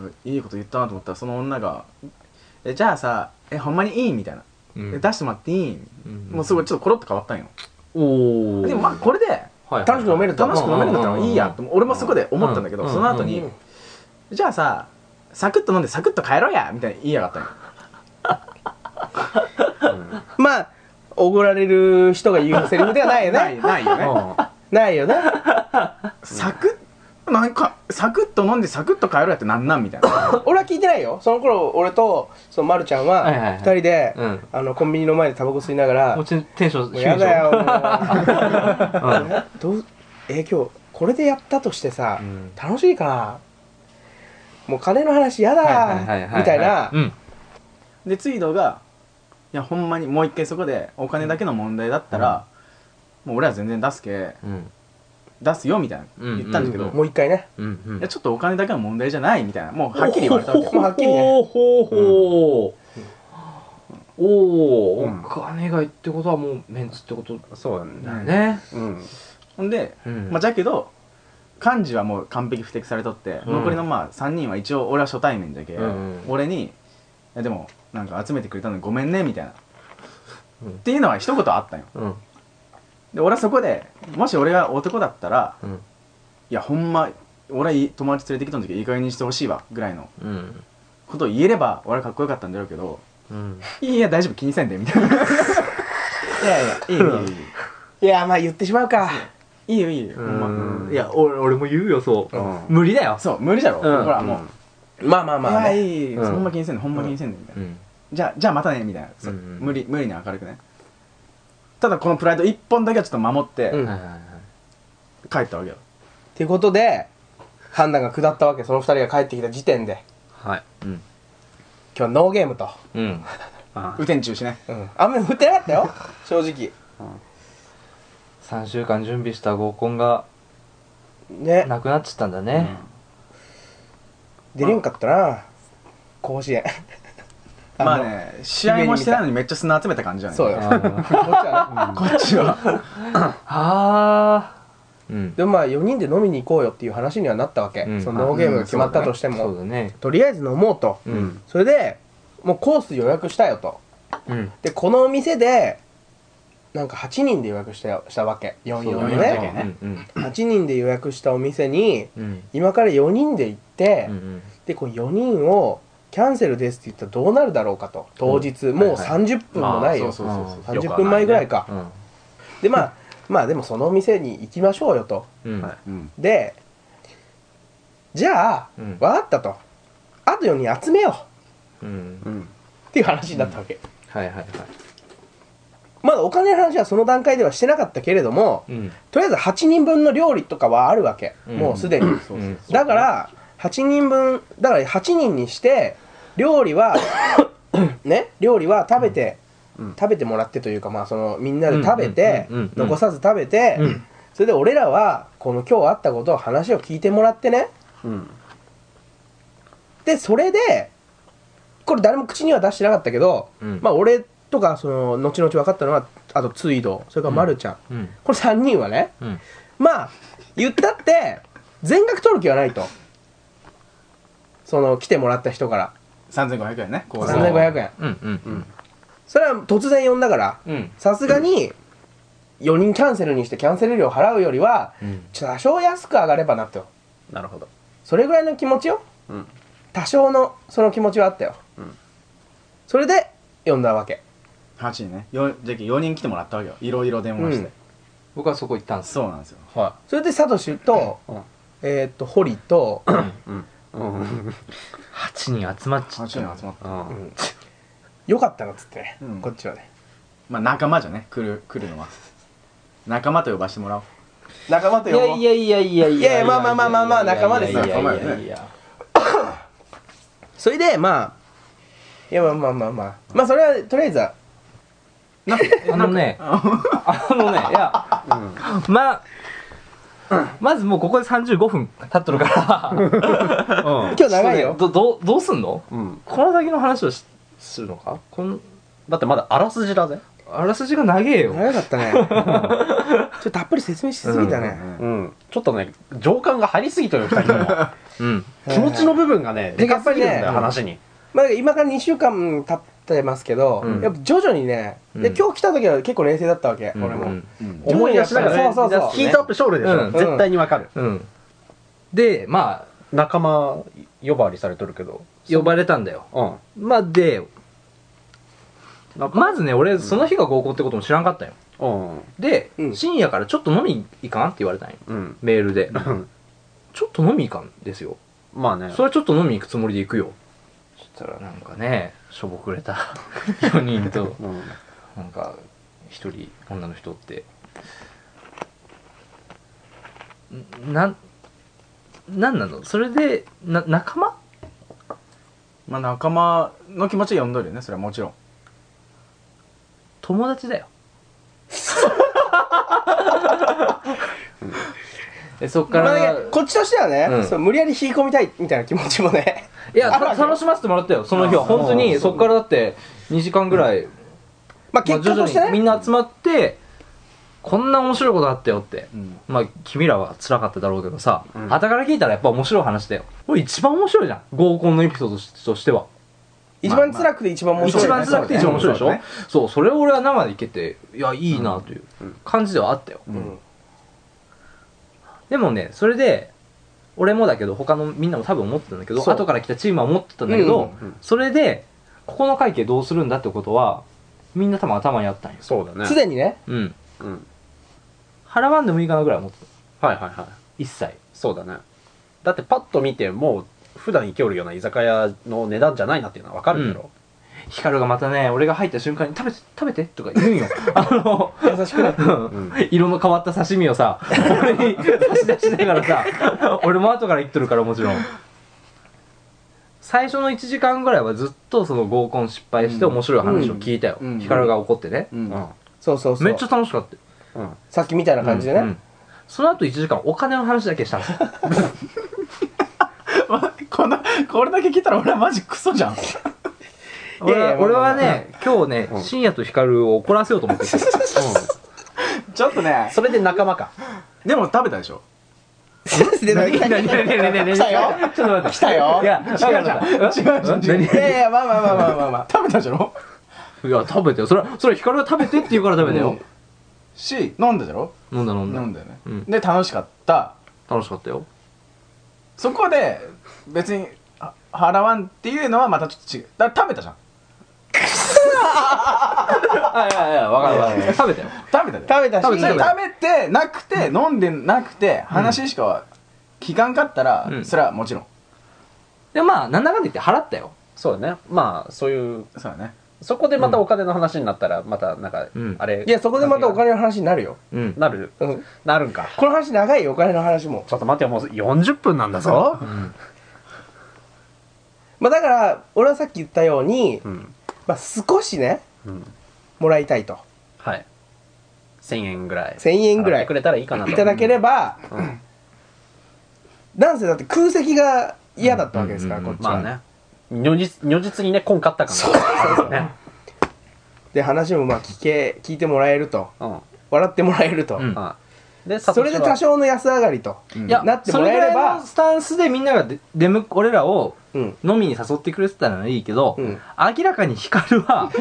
[SPEAKER 2] うん。
[SPEAKER 4] いいこと言ったなと思ったらその女が「えじゃあさえほんまにいい?」みたいな、
[SPEAKER 2] うん
[SPEAKER 4] え出してもらっていい、
[SPEAKER 2] うん
[SPEAKER 4] もうすごいちょっとコロッと変わったんよ、
[SPEAKER 2] おお。
[SPEAKER 4] でもまあこれで
[SPEAKER 2] はいはい
[SPEAKER 1] 楽しく飲めると
[SPEAKER 4] 楽しく飲めるんだったらいいやと俺もそこで思ったんだけど、
[SPEAKER 2] うん
[SPEAKER 4] その後に、
[SPEAKER 1] うん
[SPEAKER 4] じゃあさサクッと飲んでサクッと帰ろうやみたいに言いやがったんよ
[SPEAKER 1] まあおごられる
[SPEAKER 2] (laughs)
[SPEAKER 1] 人が言うセリフではないよね
[SPEAKER 4] ないないよね
[SPEAKER 3] う
[SPEAKER 1] ないよね
[SPEAKER 4] サクッなんかサクッと飲んでサクッと帰るやってなんなんみたいな
[SPEAKER 1] 俺は聞いてないよその頃俺とそのまるちゃん
[SPEAKER 2] はいはいは
[SPEAKER 1] はい二人で、
[SPEAKER 2] うん
[SPEAKER 1] あのコンビニの前でタバコ吸いながら
[SPEAKER 2] も
[SPEAKER 1] も
[SPEAKER 2] ちろんテンション低
[SPEAKER 1] う
[SPEAKER 2] いでし
[SPEAKER 1] や
[SPEAKER 2] ょ
[SPEAKER 1] だよ
[SPEAKER 2] うん (laughs)
[SPEAKER 1] もう (laughs) えどうえ今日これでやったとしてさ、
[SPEAKER 2] うん
[SPEAKER 1] 楽しいかなもう金の話やだ
[SPEAKER 2] はいはいはは
[SPEAKER 1] みたいな
[SPEAKER 2] うん
[SPEAKER 4] でツイードがいやほんまにもう一回そこでお金だけの問題だったら、もう俺は全然出すけ
[SPEAKER 2] うん
[SPEAKER 4] 出すよみたいな
[SPEAKER 2] うん
[SPEAKER 4] 言ったんだけど、
[SPEAKER 2] うん
[SPEAKER 1] もう一回ね
[SPEAKER 2] うんうん
[SPEAKER 4] いやちょっとお金だけの問題じゃないみたいなもうはっきり言われたわけよ
[SPEAKER 1] もうはっきりね
[SPEAKER 2] ほうほうほうおお
[SPEAKER 4] うん
[SPEAKER 2] ーお金がいいってことはもうメンツってこと
[SPEAKER 3] そうなん
[SPEAKER 2] だよね
[SPEAKER 3] うん
[SPEAKER 4] ほんで、
[SPEAKER 2] うん
[SPEAKER 4] まあ、じゃけど幹事はもう完璧不適されとって、
[SPEAKER 2] うん
[SPEAKER 4] 残りのまあ3人は一応俺は初対面じゃけ、
[SPEAKER 2] うんうん
[SPEAKER 4] 俺にいやでもなんか集めてくれたのにごめんねみたいな、
[SPEAKER 2] うん
[SPEAKER 4] っていうのは一言あったんよ
[SPEAKER 2] うん
[SPEAKER 4] で俺はそこでもし俺が男だったら
[SPEAKER 2] うん
[SPEAKER 4] いやほんま俺はいい友達連れてきた時いい加減にしてほしいわぐらいの
[SPEAKER 2] うん
[SPEAKER 4] ことを言えれば俺はかっこよかったんだろうけど
[SPEAKER 2] うん
[SPEAKER 4] いや大丈夫気にせんでみ
[SPEAKER 2] (laughs)
[SPEAKER 4] たいないやいやいいよいいよ
[SPEAKER 1] いやまあ言ってしまうか
[SPEAKER 4] いいよいいよいいよほんま
[SPEAKER 2] うんいや俺俺も言うよそう無理だよ
[SPEAKER 4] そう無理じゃろ、
[SPEAKER 2] うん
[SPEAKER 4] ほらもう、
[SPEAKER 1] まあまあまあ、
[SPEAKER 4] い
[SPEAKER 1] ね、
[SPEAKER 4] やいいいい、
[SPEAKER 2] うん
[SPEAKER 4] ほんま気にせんでほんま気にせんでみたいな、
[SPEAKER 2] うん
[SPEAKER 4] じゃあじゃあまたねみたいな、そう
[SPEAKER 2] うんうん
[SPEAKER 4] 無理無理に明るくねただこのプライド一本だけはちょっと守って、
[SPEAKER 1] うん
[SPEAKER 2] はいはいはい
[SPEAKER 4] 帰ったわけよ
[SPEAKER 1] ってことで判断が下ったわけその二人が帰ってきた時点で
[SPEAKER 2] はいうん
[SPEAKER 1] 今日はノーゲームと、
[SPEAKER 2] うん
[SPEAKER 3] あ
[SPEAKER 4] 雨天中止ね
[SPEAKER 1] うん、雨降ってなかったよ正直
[SPEAKER 2] 3週間準備した合コンが
[SPEAKER 1] ね
[SPEAKER 2] なくなっちゃったんだね
[SPEAKER 1] 出れんかったな甲子園あの
[SPEAKER 4] まあね試合もしてないのにめっちゃ砂集めた感じじゃない
[SPEAKER 1] そうよこっち
[SPEAKER 2] あ
[SPEAKER 1] (laughs) はね
[SPEAKER 4] (laughs) こっちは
[SPEAKER 2] あーうん
[SPEAKER 1] でもまあ4人で飲みに行こうよっていう話にはなったわけ、
[SPEAKER 2] うん
[SPEAKER 1] そのノーゲームが決まったとしても、
[SPEAKER 2] そうだね
[SPEAKER 1] とりあえず飲もうと、
[SPEAKER 2] うん
[SPEAKER 1] それでもうコース予約したよと
[SPEAKER 2] うん
[SPEAKER 1] でこのお店でなんか8人で予約したよしたわけ
[SPEAKER 4] そう
[SPEAKER 1] 44
[SPEAKER 4] だ
[SPEAKER 1] で
[SPEAKER 4] ね
[SPEAKER 1] ね
[SPEAKER 2] うん
[SPEAKER 1] 8人で予約したお店に
[SPEAKER 2] うん
[SPEAKER 1] 今から4人で行って、
[SPEAKER 2] うんうん
[SPEAKER 1] でこう4人をキャンセルですって言ったらどうなるだろうかと当日、もう
[SPEAKER 2] はいはい
[SPEAKER 1] 30分もないよ、
[SPEAKER 4] まあそうそうそうそう
[SPEAKER 1] 30分前ぐらいか
[SPEAKER 2] うん
[SPEAKER 1] でまあまあでもそのお店に行きましょうよと
[SPEAKER 2] うん
[SPEAKER 3] はい
[SPEAKER 4] うん
[SPEAKER 1] でじゃあ、
[SPEAKER 2] うん
[SPEAKER 1] わかったとあと4人集めよ
[SPEAKER 2] うん
[SPEAKER 4] うん
[SPEAKER 1] うっていう話になったわけ、
[SPEAKER 2] はいはいはい
[SPEAKER 1] まだお金の話はその段階ではしてなかったけれども
[SPEAKER 2] うん
[SPEAKER 1] とりあえず8人分の料理とかはあるわけ、
[SPEAKER 2] うん
[SPEAKER 1] もうすでに、
[SPEAKER 4] そうそう
[SPEAKER 2] うん
[SPEAKER 1] だから8人分だから8人にして料理は (coughs) ね料理は食べて、
[SPEAKER 3] うん
[SPEAKER 1] 食べてもらってというかまあそのみんなで食べて、
[SPEAKER 2] うんうんうんうん
[SPEAKER 1] 残さず食べて、
[SPEAKER 2] うん
[SPEAKER 1] それで俺らはこの今日あったことを話を聞いてもらってね
[SPEAKER 3] うん
[SPEAKER 1] でそれでこれ誰も口には出してなかったけど、
[SPEAKER 2] うん
[SPEAKER 1] まあ俺とかその後々分かったのはあとツイドそれからまるちゃん、
[SPEAKER 2] うん
[SPEAKER 1] これ3人はね
[SPEAKER 2] うん
[SPEAKER 1] まあ言ったって全額取る気はないとその来てもらった人から
[SPEAKER 4] 3500円ねこう
[SPEAKER 2] そう
[SPEAKER 1] 3500円
[SPEAKER 2] うんうんうん
[SPEAKER 1] それは突然呼んだから
[SPEAKER 2] うん
[SPEAKER 1] さすがに4人キャンセルにしてキャンセル料払うよりは
[SPEAKER 2] うん
[SPEAKER 1] 多少安く上がればなと
[SPEAKER 3] なるほど
[SPEAKER 1] それぐらいの気持ちよ
[SPEAKER 3] うん
[SPEAKER 1] 多少のその気持ちはあったよ、
[SPEAKER 3] うん
[SPEAKER 1] それで呼んだわけ
[SPEAKER 4] 8人ねよじゃけ4人来てもらったわけよいろいろ電話して、
[SPEAKER 1] うん
[SPEAKER 2] 僕はそこ行ったんです
[SPEAKER 4] そうなんですよ
[SPEAKER 2] は
[SPEAKER 1] それでサトシと、
[SPEAKER 3] うん
[SPEAKER 1] えーっと堀
[SPEAKER 3] (clears throat)
[SPEAKER 1] と、
[SPEAKER 3] うん
[SPEAKER 2] い8人集まっちゃ
[SPEAKER 4] 8
[SPEAKER 2] っ
[SPEAKER 4] 人
[SPEAKER 2] た
[SPEAKER 4] 集まった
[SPEAKER 3] あ
[SPEAKER 1] うんよかったなっつってね、
[SPEAKER 4] うん
[SPEAKER 1] こっちはね
[SPEAKER 4] まあ仲間じゃね来る来るのは仲間と呼ばしてもらおう仲間と
[SPEAKER 2] いやいやいやいやい
[SPEAKER 1] いやいやまあまあまあまあまあ仲間ですよ
[SPEAKER 2] いやいやいやいやいや
[SPEAKER 1] それでまあいやまあまあまあまあまあそれはとりあえずは
[SPEAKER 2] あのねあのねいや
[SPEAKER 3] うん
[SPEAKER 2] まあ、まずもうここで35分経っとるから。
[SPEAKER 3] うん
[SPEAKER 1] 今日長いよ
[SPEAKER 2] ど、どう、どうすんの
[SPEAKER 3] うん
[SPEAKER 2] この先の話をしするのかこの、
[SPEAKER 3] だってまだあらすじだぜ
[SPEAKER 2] あらすじが長えよ。
[SPEAKER 1] 長かったねちょっとたっぷり説明しすぎたね、
[SPEAKER 3] うんちょっとね情感が張りすぎとる2人とも
[SPEAKER 2] うん。
[SPEAKER 3] 気持ちの部分がねでかすぎるんだ
[SPEAKER 1] でかすぎる
[SPEAKER 3] よ話に
[SPEAKER 1] まあ、今から2週間経ってますけど、
[SPEAKER 2] うん
[SPEAKER 1] やっぱ徐々にね、
[SPEAKER 2] う
[SPEAKER 1] で
[SPEAKER 2] ん
[SPEAKER 1] 今日来た時は結構冷静だったわけ、俺も、
[SPEAKER 2] うん。
[SPEAKER 4] うん
[SPEAKER 1] 思い出しながら
[SPEAKER 3] ね
[SPEAKER 1] そうそうそう
[SPEAKER 3] ヒートアップショールでし
[SPEAKER 2] う
[SPEAKER 3] ょ
[SPEAKER 2] ん
[SPEAKER 3] 絶対にわかる
[SPEAKER 2] うん。で、まあ、
[SPEAKER 3] 仲間呼ばわりされとるけど
[SPEAKER 2] 呼ばれたんだよ。
[SPEAKER 3] うん
[SPEAKER 2] まあ、で、まずね、俺、その日が合コンってことも知らんかったよ。
[SPEAKER 3] うん
[SPEAKER 2] で
[SPEAKER 1] う、ん
[SPEAKER 2] 深夜からちょっと飲み行かんって言われたんよ。
[SPEAKER 3] うん
[SPEAKER 2] メールで。
[SPEAKER 1] ちょっと飲み行かんですよ。
[SPEAKER 3] まあね
[SPEAKER 1] それはちょっと飲み行くつもりで行くよ。そしたらなんかね、しょぼくれた (laughs) 4人と、
[SPEAKER 3] うん
[SPEAKER 1] なんか1人女の人って。んなん、なんなのそれで、な、仲間
[SPEAKER 4] まあ仲間の気持ちで呼んどるよねそれはもちろん
[SPEAKER 1] 友達だよでそっか
[SPEAKER 2] ま
[SPEAKER 1] ら、
[SPEAKER 2] あ
[SPEAKER 1] い
[SPEAKER 2] ね
[SPEAKER 1] や
[SPEAKER 2] こ
[SPEAKER 1] そ
[SPEAKER 2] っ
[SPEAKER 1] う
[SPEAKER 2] ち
[SPEAKER 1] こっちとしてはね、
[SPEAKER 2] うん
[SPEAKER 1] そう無理やり引き込みたいみたいな気持ちもね
[SPEAKER 2] いや、
[SPEAKER 1] あるわ
[SPEAKER 2] た
[SPEAKER 1] けよ
[SPEAKER 2] 楽しませてもらったよ、その日は。
[SPEAKER 1] あそう
[SPEAKER 2] 本当に、そっからだって、2時間ぐらい、
[SPEAKER 1] まあ結
[SPEAKER 2] まあ
[SPEAKER 1] 果としてね、
[SPEAKER 2] みんな集まって、こんな面白いことあったよって。
[SPEAKER 4] うん
[SPEAKER 2] まあ、君らは辛かっただろうけどさ、
[SPEAKER 3] うん
[SPEAKER 2] 傍から聞いたらやっぱ面白い話だよ。これ一番面白いじゃん。合コンのエピソードとしとしては。
[SPEAKER 1] 一番辛くて一番面白い、
[SPEAKER 2] 一番辛くて一番面白いでしょ、
[SPEAKER 4] そうだね
[SPEAKER 2] そう、それを俺は生でいけて、いや、いいなという
[SPEAKER 3] うん
[SPEAKER 2] 感じではあったよ。
[SPEAKER 4] う
[SPEAKER 1] うんん、
[SPEAKER 2] でもね、それで、俺もだけど、他のみんなも多分思ってたんだけど、
[SPEAKER 1] そう
[SPEAKER 2] 後から来たチームは思ってたんだけど、
[SPEAKER 3] うんうん
[SPEAKER 2] それで、ここの会計どうするんだってことは、みんな多分頭にあったんよ。
[SPEAKER 3] そうだね
[SPEAKER 1] すでにね
[SPEAKER 2] うん。
[SPEAKER 3] うん
[SPEAKER 2] 払わんでもいいかなぐらい思ってた。
[SPEAKER 3] はいはいはい
[SPEAKER 2] 一切。
[SPEAKER 3] そうだねだってパッと見てもう普段行きおるような居酒屋の値段じゃないなっていうのは分かるけど、
[SPEAKER 2] ヒカルがまたね、俺が入った瞬間に食べて、食べてとか
[SPEAKER 3] (laughs)
[SPEAKER 2] 言うんよ。あの、
[SPEAKER 1] 優しくなって
[SPEAKER 2] うん色の変わった刺身をさ、俺に差し出しながらさ、俺も後から言っとるからもちろん。最初の1時間ぐらいはずっとその合コン失敗して面白い話を聞いたよ
[SPEAKER 4] うんう。ん
[SPEAKER 2] ヒカルが怒ってね。
[SPEAKER 4] うん
[SPEAKER 3] うん
[SPEAKER 1] そうそうそう
[SPEAKER 2] めっちゃ楽しかったよ
[SPEAKER 3] うん
[SPEAKER 1] さっきみたいな感じでね、
[SPEAKER 2] うんその後1時間お金の話だけしたんですよ。
[SPEAKER 4] このこれだけ聞いたら俺はマジクソじゃん
[SPEAKER 1] いやいや
[SPEAKER 2] 俺は
[SPEAKER 1] まあまあまあ
[SPEAKER 2] ね、今日ね
[SPEAKER 3] う、ん
[SPEAKER 2] 深夜とヒカルを怒らせようと思ってた。
[SPEAKER 4] ちょっとね
[SPEAKER 3] それで仲間か
[SPEAKER 4] でも食べたでしょ
[SPEAKER 1] で何
[SPEAKER 2] ねねねねねね
[SPEAKER 1] 来たよ
[SPEAKER 2] ちょっと待って。
[SPEAKER 1] 来たよ
[SPEAKER 2] いや、違う
[SPEAKER 4] 違う違う違う
[SPEAKER 1] いやいやまあまあまあまあまあまあ
[SPEAKER 4] 食べたでしょ
[SPEAKER 2] いや、食べてよ。それは、それはヒカルが食べてって言うから食べたよ。
[SPEAKER 4] し飲んだじゃろ
[SPEAKER 2] 飲んだ飲んだ。
[SPEAKER 4] 飲んだよね、
[SPEAKER 2] うん
[SPEAKER 4] で楽しかった
[SPEAKER 2] 楽しかったよ。
[SPEAKER 4] そこで別には払わんっていうのはまたちょっと違うだから食べたじゃん
[SPEAKER 2] あ、いやいや、わかるわかる。食べたよ。
[SPEAKER 4] 食べたで
[SPEAKER 1] 食べたし
[SPEAKER 2] 食べ
[SPEAKER 4] それ
[SPEAKER 2] た
[SPEAKER 4] 食べてなくて、飲んでなくて話しか聞かんかったら、
[SPEAKER 2] うん
[SPEAKER 4] それはもちろん
[SPEAKER 2] で、まあ、なんだかんだ言って払ったよ。
[SPEAKER 3] そうだねまあそういう
[SPEAKER 4] そうだね
[SPEAKER 3] そこでまたお金の話になったらまたなんか、
[SPEAKER 2] うん
[SPEAKER 3] あれ
[SPEAKER 1] いやそこでまたお金の話になるよ、
[SPEAKER 2] うん。
[SPEAKER 3] なる
[SPEAKER 1] うん、
[SPEAKER 3] なるんか
[SPEAKER 1] この話長いよお金の話も
[SPEAKER 3] ちょっと待ってよもう40分なんだぞ
[SPEAKER 1] まあだから俺はさっき言ったように、
[SPEAKER 3] うん、
[SPEAKER 1] まあ少しね
[SPEAKER 3] うん、
[SPEAKER 1] もらいたいと
[SPEAKER 3] はい1000円ぐらい
[SPEAKER 1] 1000円ぐら
[SPEAKER 3] 払
[SPEAKER 1] い
[SPEAKER 3] ってくれたらいいかなと
[SPEAKER 1] いただければ、
[SPEAKER 3] うん
[SPEAKER 1] なんせだって空席が嫌だったわけですから、
[SPEAKER 2] うん
[SPEAKER 1] こっちは、
[SPEAKER 3] まあね如実如実にねこんかったからそうそうね
[SPEAKER 1] で話もまあ聞け聞いてもらえると
[SPEAKER 3] うん
[SPEAKER 1] 笑ってもらえると、
[SPEAKER 2] うん
[SPEAKER 3] はいで
[SPEAKER 1] それで多少の安上がりと、
[SPEAKER 4] うん
[SPEAKER 2] いや、
[SPEAKER 1] なってもらえれば
[SPEAKER 2] そぐらいのスタンスでみんながで出向く、俺らを
[SPEAKER 1] うん
[SPEAKER 2] 飲みに誘ってくれてたらいいけど、
[SPEAKER 1] うん
[SPEAKER 2] 明らかにヒカルは、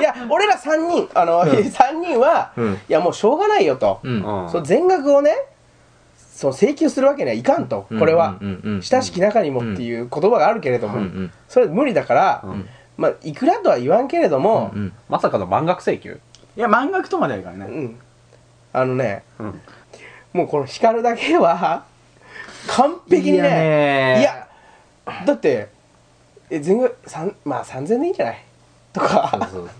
[SPEAKER 1] いや俺ら3人あの、
[SPEAKER 2] うん
[SPEAKER 1] (laughs) 3人は、
[SPEAKER 2] うん
[SPEAKER 1] いやもうしょうがないよと、
[SPEAKER 2] (laughs) うん
[SPEAKER 3] うん
[SPEAKER 1] その全額をねその請求するわけにはいかんと、これは、
[SPEAKER 2] うんうんうん
[SPEAKER 1] 親しき中にもっていう言葉があるけれども、
[SPEAKER 2] うんうん
[SPEAKER 1] それ無理だから、
[SPEAKER 3] うん
[SPEAKER 1] まあいくらとは言わんけれども、
[SPEAKER 2] うん
[SPEAKER 3] まさかの満額請求
[SPEAKER 4] いや満額とまでやるから
[SPEAKER 1] う
[SPEAKER 4] ね
[SPEAKER 1] んあのね
[SPEAKER 3] うん
[SPEAKER 1] もうこの光だけは完璧に
[SPEAKER 2] いや
[SPEAKER 1] ね
[SPEAKER 2] ね
[SPEAKER 1] いやだってえ全額三まあ3000でいいんじゃないと
[SPEAKER 2] そう
[SPEAKER 1] か
[SPEAKER 2] そう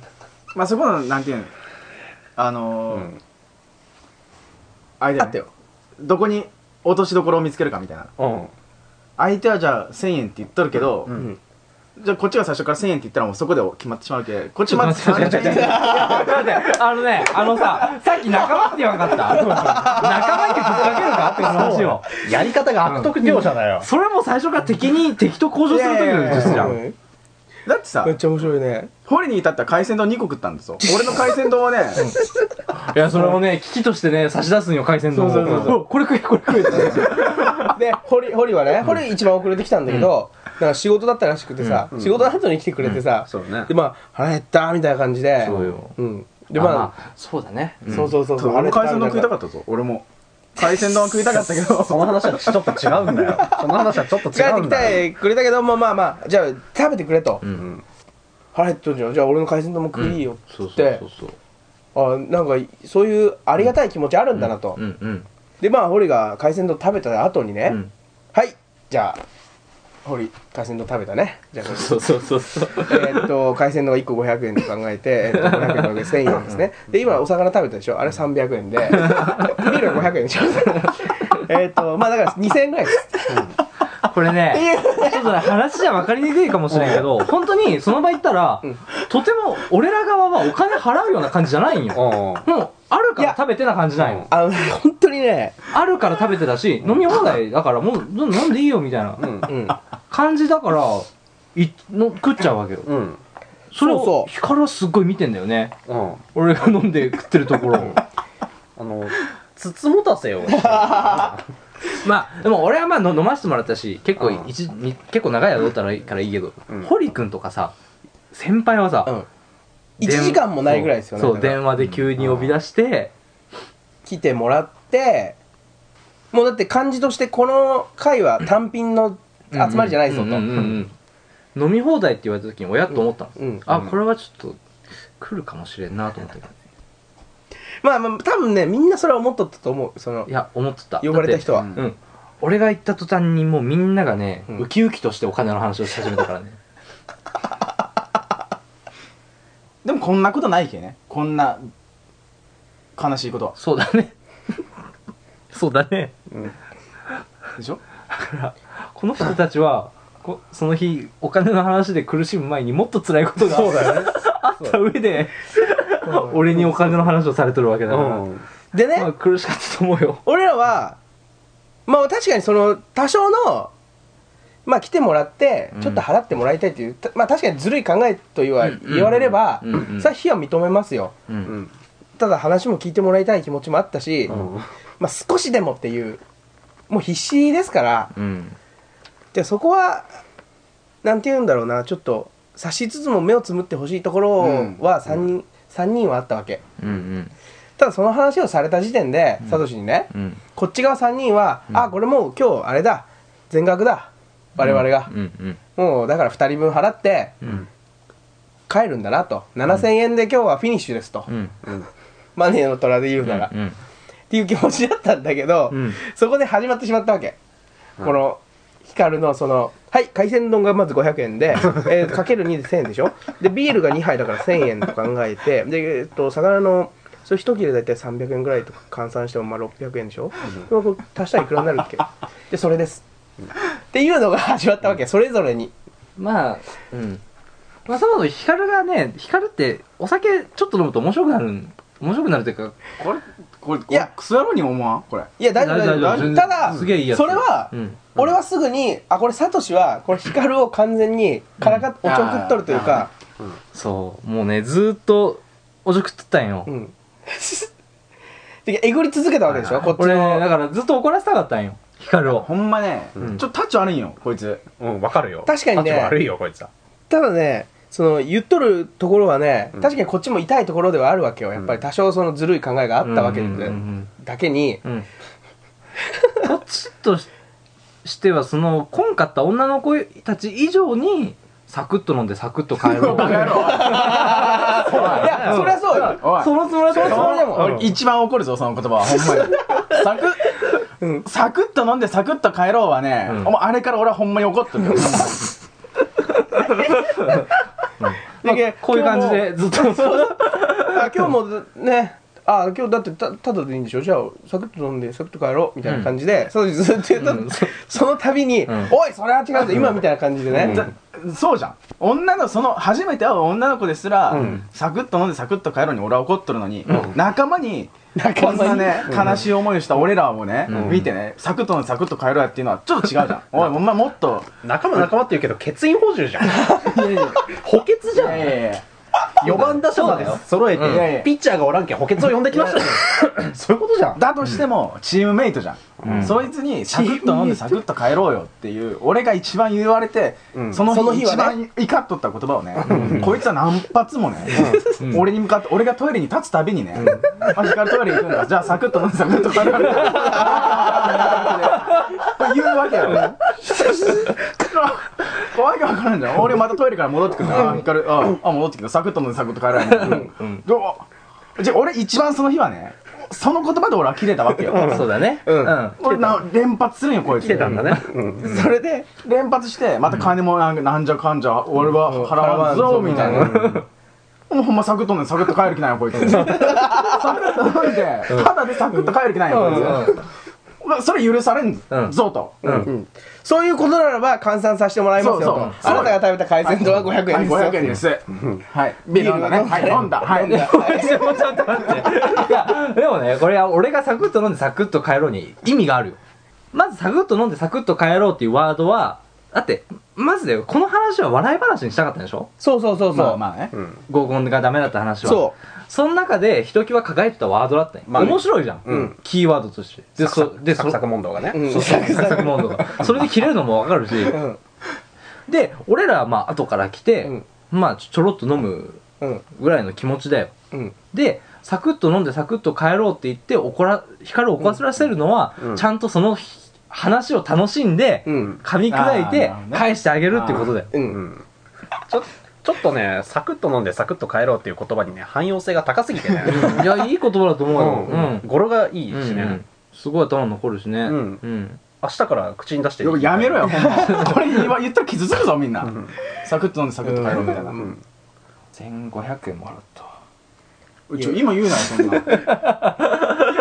[SPEAKER 4] まあそこのなんていうのあの
[SPEAKER 3] う
[SPEAKER 4] ー
[SPEAKER 3] ん
[SPEAKER 4] あれ
[SPEAKER 1] あ
[SPEAKER 4] だよ
[SPEAKER 1] っ
[SPEAKER 4] ね
[SPEAKER 1] たよ
[SPEAKER 4] どこに落としどころを見つけるかみたいな
[SPEAKER 3] うん
[SPEAKER 4] 相手はじゃあ1000円って言っとるけど、
[SPEAKER 3] う
[SPEAKER 1] うん
[SPEAKER 4] じゃあこっちが最初から1000円って言ったらもうそこで決まってしまうけこっちまず
[SPEAKER 2] ちょっと待って
[SPEAKER 4] 3000円
[SPEAKER 2] 待ってあのね、あのさ、さっき仲間って言わなかった仲間ってぶっかけるかっていう話を。
[SPEAKER 3] やり方が悪徳業者だよ
[SPEAKER 2] それも最初から敵に、敵と交渉するときの術じゃん。
[SPEAKER 4] だってさ
[SPEAKER 1] めっちゃ面白いね
[SPEAKER 4] ホリに至ったら海鮮丼2個食ったんですよ俺の海鮮丼はね
[SPEAKER 2] いや、それもね、危機としてね、差し出すんよ、海鮮丼を。
[SPEAKER 1] そうそうそうそう
[SPEAKER 2] おこれ食え、これ食えって。
[SPEAKER 1] で堀堀はね堀一番遅れてきたんだけど、なんか仕事だったらしくてさ、仕事の後に来てくれてさ、
[SPEAKER 3] そうね
[SPEAKER 1] でまあ腹減ったみたいな感じで
[SPEAKER 2] そうよ
[SPEAKER 1] ん、でまあ
[SPEAKER 2] あ、そうだね。うん
[SPEAKER 1] そうそうそうそう
[SPEAKER 4] 俺も海鮮丼食いた
[SPEAKER 1] っ
[SPEAKER 4] かったぞ俺も海鮮丼は食いたかったけど
[SPEAKER 3] その話はちょっと違うんだよ (laughs) その話はちょっと
[SPEAKER 1] 帰
[SPEAKER 3] 違
[SPEAKER 1] っ
[SPEAKER 3] う
[SPEAKER 1] て
[SPEAKER 3] ん
[SPEAKER 1] き
[SPEAKER 3] だよ
[SPEAKER 1] てくれたけどまあまあまあじゃあ食べてくれと、
[SPEAKER 2] ん
[SPEAKER 1] 腹減っとんじゃんじゃあ俺の海鮮丼も食いよって、
[SPEAKER 2] そうそうそうそう。
[SPEAKER 1] あなんかそういうありがたい気持ちあるんだなと、
[SPEAKER 2] うんうん。
[SPEAKER 1] でまあ堀が海鮮丼食べた後にね、
[SPEAKER 2] うん
[SPEAKER 1] はいじゃあ堀海鮮丼食べたねじゃあこれ
[SPEAKER 2] そうそうそうそう
[SPEAKER 1] えーっと海鮮丼が1個500円と考えて、えーっと500円の上1000円ですねで今お魚食べたでしょあれ300円でビールは500円でしょ (laughs) えーっとまあだから2000円ぐらいです
[SPEAKER 2] これね、ちょっとね、話じゃ分かりにくいかもしれないけど、本当にその場行ったら、とても俺ら側はお金払うような感じじゃないんよ。もう、あるか
[SPEAKER 1] いや
[SPEAKER 2] ら食べてな感じないの。
[SPEAKER 1] あのね本当にね
[SPEAKER 2] あるから食べてたし、飲み放題だからもう、ど飲んでいいよみたいな
[SPEAKER 1] うん
[SPEAKER 2] 感じだから、いの食っちゃうわけよ。
[SPEAKER 4] うん
[SPEAKER 2] それ
[SPEAKER 1] そうそ
[SPEAKER 2] を、
[SPEAKER 1] う
[SPEAKER 2] ヒカルはすっごい見てんだよね。
[SPEAKER 4] うん
[SPEAKER 2] 俺が飲んで食ってるところを。
[SPEAKER 4] あの
[SPEAKER 3] つつもた
[SPEAKER 1] (laughs)
[SPEAKER 3] せよ。
[SPEAKER 2] まあ、でも俺はまあの飲ませてもらったし、結構
[SPEAKER 4] うん
[SPEAKER 2] 一、に結構長い間だったらいいからいいけど
[SPEAKER 4] うん、
[SPEAKER 2] 堀くんとかさ、先輩はさ、
[SPEAKER 1] うん1時間もないぐらいですよね
[SPEAKER 2] そう
[SPEAKER 1] だ
[SPEAKER 2] そう
[SPEAKER 1] から
[SPEAKER 2] 電話で急に呼び出して、
[SPEAKER 1] 来てもらってもうだって漢字としてこの回は単品の集まりじゃないぞと、
[SPEAKER 2] うんうんうん飲み放題って言われた時に親と思ったの、
[SPEAKER 1] うん
[SPEAKER 2] あこれはちょっと来るかもしれんなと思って
[SPEAKER 1] まあまあ多分ねみんなそれは思っとったと思うその
[SPEAKER 2] いや思ってた
[SPEAKER 1] 呼ばれた人は
[SPEAKER 4] だっ
[SPEAKER 2] だっててうん俺が行った途端にもうみんながね、
[SPEAKER 1] うん
[SPEAKER 2] ウキウキとしてお金の話をし始めたからね
[SPEAKER 4] でもこんなことないけねこんな悲しいことは
[SPEAKER 2] そう
[SPEAKER 1] (laughs)
[SPEAKER 2] だねそうだね
[SPEAKER 4] でしょ
[SPEAKER 2] この人たちはこその日お金の話で苦しむ前にもっと辛いことが
[SPEAKER 1] そうだよね
[SPEAKER 2] あった上で俺にお金の話をされてるわけだから、
[SPEAKER 1] でね、
[SPEAKER 2] まあ、苦しかったと思うよ
[SPEAKER 1] 俺らはまあ確かにその多少のまあ来てもらって
[SPEAKER 2] うん
[SPEAKER 1] ちょっと払ってもらいたいっていう、たまあ確かにずるい考えと言わ,、言われれば、
[SPEAKER 2] うんうん
[SPEAKER 1] さ非は認めますよ
[SPEAKER 2] うん
[SPEAKER 4] うん
[SPEAKER 1] ただ話も聞いてもらいたい気持ちもあったし、
[SPEAKER 4] うん
[SPEAKER 1] まあ少しでもっていうもう必死ですから
[SPEAKER 2] うん
[SPEAKER 1] でそこはなんて言うんだろうなちょっと察しつつも目をつむってほしいところは3人、三人はあったわけ
[SPEAKER 2] うんうん
[SPEAKER 1] ただその話をされた時点でサトシにね、
[SPEAKER 2] うん
[SPEAKER 1] こっち側3人は、
[SPEAKER 2] ん
[SPEAKER 1] あこれもう今日あれだ全額だ我々が
[SPEAKER 2] う、んうん
[SPEAKER 1] もうだから2人分払って
[SPEAKER 2] うん
[SPEAKER 1] 帰るんだなと7000円で今日はフィニッシュですと、
[SPEAKER 2] うん
[SPEAKER 4] うん
[SPEAKER 1] マネーの虎で言うなら、
[SPEAKER 2] う
[SPEAKER 1] っ
[SPEAKER 2] ん
[SPEAKER 1] ていう気持ちだったんだけど、
[SPEAKER 2] うん
[SPEAKER 1] そこで始まってしまったわけ、この光のそのはい海鮮丼がまず500円
[SPEAKER 2] (laughs)
[SPEAKER 1] で、えーかける2で1000円でしょでビールが2杯だから1000円と考えてで、えっと魚のそれ一切れ大体300円ぐらいと換算してもまあ600円でしょ、うこれ足したらいくらになるっけでそれです、っていうのが始まったわけそれぞれに
[SPEAKER 2] まあうんまあそもそもヒカルがねヒカルってお酒ちょっと飲むと面白くなるん面白くなるというか
[SPEAKER 4] これこれこ
[SPEAKER 1] いや
[SPEAKER 4] れクソ野郎に思わんこれ
[SPEAKER 1] いや大丈夫大丈夫
[SPEAKER 2] 全然
[SPEAKER 1] ただ
[SPEAKER 2] すげえいいやつ
[SPEAKER 1] それは、
[SPEAKER 2] うん
[SPEAKER 1] 俺はすぐにあこれサトシはこれヒカルを完全にからかっ、
[SPEAKER 4] うん
[SPEAKER 1] おちょくっとるというか
[SPEAKER 2] そうもうねずーっとおじょくっとったんよ
[SPEAKER 1] うん。 (laughs) でえぐり続けたわけでしょ、こっち
[SPEAKER 2] 俺ねだ
[SPEAKER 1] の。
[SPEAKER 2] からずっと怒らせたかったんよヒカルを
[SPEAKER 4] ほんまね、
[SPEAKER 2] うん
[SPEAKER 4] ちょっとタッチ悪いんよこいつ
[SPEAKER 3] うん、わかるよ。
[SPEAKER 1] 確かにね
[SPEAKER 3] 立場悪いよ、こいつは。
[SPEAKER 1] ただね、その言っとるところはね、
[SPEAKER 4] ん
[SPEAKER 1] 確かにこっちも痛いところではあるわけよ。やっぱり多少そのずるい考えがあったわけで、
[SPEAKER 2] うんうんうんうん
[SPEAKER 1] だけに、
[SPEAKER 2] うん (laughs) こっちとししてはそのこんかった女の子たち以上にサクッと飲んでサクッと帰 (laughs) ろう
[SPEAKER 4] バカ野郎
[SPEAKER 1] いや、そりゃそうよ。
[SPEAKER 4] おい
[SPEAKER 2] そのつもりだった
[SPEAKER 1] そのつもりだもん
[SPEAKER 2] うん
[SPEAKER 4] 俺一番怒るぞその言葉はほんまにサクッ、
[SPEAKER 1] うん
[SPEAKER 4] サクッと飲んでサクッと帰ろうはね、
[SPEAKER 2] うん
[SPEAKER 4] お前あれから俺はほんまに怒ってるよ
[SPEAKER 2] まあ
[SPEAKER 1] で
[SPEAKER 2] こういう感じでずっと
[SPEAKER 1] あ今日もね、あ今日だってたただでいいんでしょじゃあサクッと飲んでサクッと帰ろうみたいな感じで、そうずっと言ったの、
[SPEAKER 2] うん
[SPEAKER 1] そその度に、
[SPEAKER 2] ん
[SPEAKER 1] おいそれは違うぞ今みたいな感じでね、
[SPEAKER 4] だそうじゃん女のその初めて会う女の子ですら、サクッと飲んでサクッと帰ろうに俺は怒っとるのに、仲間に
[SPEAKER 1] 仲
[SPEAKER 4] こん
[SPEAKER 1] 間
[SPEAKER 4] な
[SPEAKER 1] に
[SPEAKER 4] ね、悲しい思いをした俺らをね、見てねサクッと飲んでサクッと帰ろうやっていうのはちょっと違うじゃんおいお前もっと
[SPEAKER 3] 仲間仲間って言うけど、欠員補充じゃん。補欠じ
[SPEAKER 4] い
[SPEAKER 3] ゃ
[SPEAKER 4] やい
[SPEAKER 3] ん。
[SPEAKER 4] やいや
[SPEAKER 3] 4番打者まで揃え
[SPEAKER 4] うんいやいや
[SPEAKER 3] て、ピッチャーがおらんけん補欠を呼んできましたじゃん。そういうことじゃん。
[SPEAKER 4] だとしてもチームメイトじゃん、そいつにサクッと飲んでサクッと帰ろうよっていう俺が一番言われて、
[SPEAKER 1] ん
[SPEAKER 4] その
[SPEAKER 1] その日
[SPEAKER 4] 日
[SPEAKER 1] は
[SPEAKER 4] 一番
[SPEAKER 1] ね
[SPEAKER 4] 怒っとった言葉をね、こいつは何発もね、俺に向かって俺がトイレに立つたびにね「あヒカルトイレ行くんだじゃあサクッと飲んでサクッと帰ろうよ」
[SPEAKER 1] (laughs)
[SPEAKER 4] って言うわけよ、怖いか分からんじゃん俺またトイレから戻ってくるからあヒカルああ戻ってきたサクッと飲んでサクッと帰ろうよ、うわじゃあ俺一番その日はねその言葉で俺は切れたわけよ。
[SPEAKER 2] そうだね。
[SPEAKER 1] うん
[SPEAKER 2] うん。
[SPEAKER 4] 俺な連発するんよこいつ
[SPEAKER 2] 来てたんだね。 (laughs)
[SPEAKER 1] それで、
[SPEAKER 4] 連発してまた金もなんかなんじゃかんじゃ俺は払わんぞみたいな、もうほんまサクッとんねんサクッと帰る気ないよこいつサクッと飲んでただでサクッと帰る気ないよこいつ、まあそれ許されんぞ
[SPEAKER 2] うん
[SPEAKER 4] と、
[SPEAKER 1] うんそういうことならば換算させてもらいますよ
[SPEAKER 4] そう
[SPEAKER 1] と。
[SPEAKER 4] そう
[SPEAKER 1] あなたが食べた海鮮丼は500円ですよ。
[SPEAKER 4] はい、500円ですはいビール飲んだねはい飲んだはい (laughs)
[SPEAKER 2] でもちょっと待って。いや、でもね、これは俺がサクッと飲んでサクッと帰ろうに意味があるよ。まずサクッと飲んでサクッと帰ろうっていうワードは、だって、まずだよ、この話は笑い話にしたかったんでしょ
[SPEAKER 1] そうそうそうそう。
[SPEAKER 4] まあまあね、
[SPEAKER 2] 合コンがダメだった話は。。
[SPEAKER 1] そう
[SPEAKER 2] その中で、ひときわ輝いてたワードだったね。
[SPEAKER 3] まあね
[SPEAKER 2] 面白いじゃん,、
[SPEAKER 3] うん
[SPEAKER 2] キーワードとして。で、そ、で、
[SPEAKER 3] サ
[SPEAKER 2] そ
[SPEAKER 3] ク、サク問答がね。
[SPEAKER 1] うん
[SPEAKER 2] そうそう、サクサクモードが。それで切れるのもわかるし。
[SPEAKER 1] ん
[SPEAKER 2] で、俺らはまあ後から来て、
[SPEAKER 1] うん
[SPEAKER 2] まあちょちょろっと飲む
[SPEAKER 1] うん
[SPEAKER 2] ぐらいの気持ちだよ。
[SPEAKER 1] うん
[SPEAKER 2] で、サクッと飲んでサクッと帰ろうって言って、怒ら、光を怒らせるのは、
[SPEAKER 3] うん
[SPEAKER 2] ちゃんとその日話を楽しんで、
[SPEAKER 1] うん
[SPEAKER 2] 噛み砕いて
[SPEAKER 4] あーなるほどね
[SPEAKER 2] 返してあげるってことだよ。
[SPEAKER 1] う
[SPEAKER 3] うんんちょちょっとね、サクッと飲んでサクッと帰ろうっていう言葉にね、汎用性が高すぎてね。
[SPEAKER 2] いや、いい言葉だと思うよ。うん。
[SPEAKER 3] 語呂がいい
[SPEAKER 2] うん
[SPEAKER 3] し
[SPEAKER 2] うん
[SPEAKER 3] ね。
[SPEAKER 2] すごい頭に残るしね。
[SPEAKER 3] うん
[SPEAKER 2] うん。
[SPEAKER 3] 明日から口に出して。
[SPEAKER 4] よくやめろよ。ほんまこれ言わ言ったら傷つくぞみんな、
[SPEAKER 3] ん
[SPEAKER 4] サクッと飲んでサクッと帰ろうみたいな、
[SPEAKER 3] うん
[SPEAKER 1] 1500円もらった
[SPEAKER 4] うち今言うなよそんない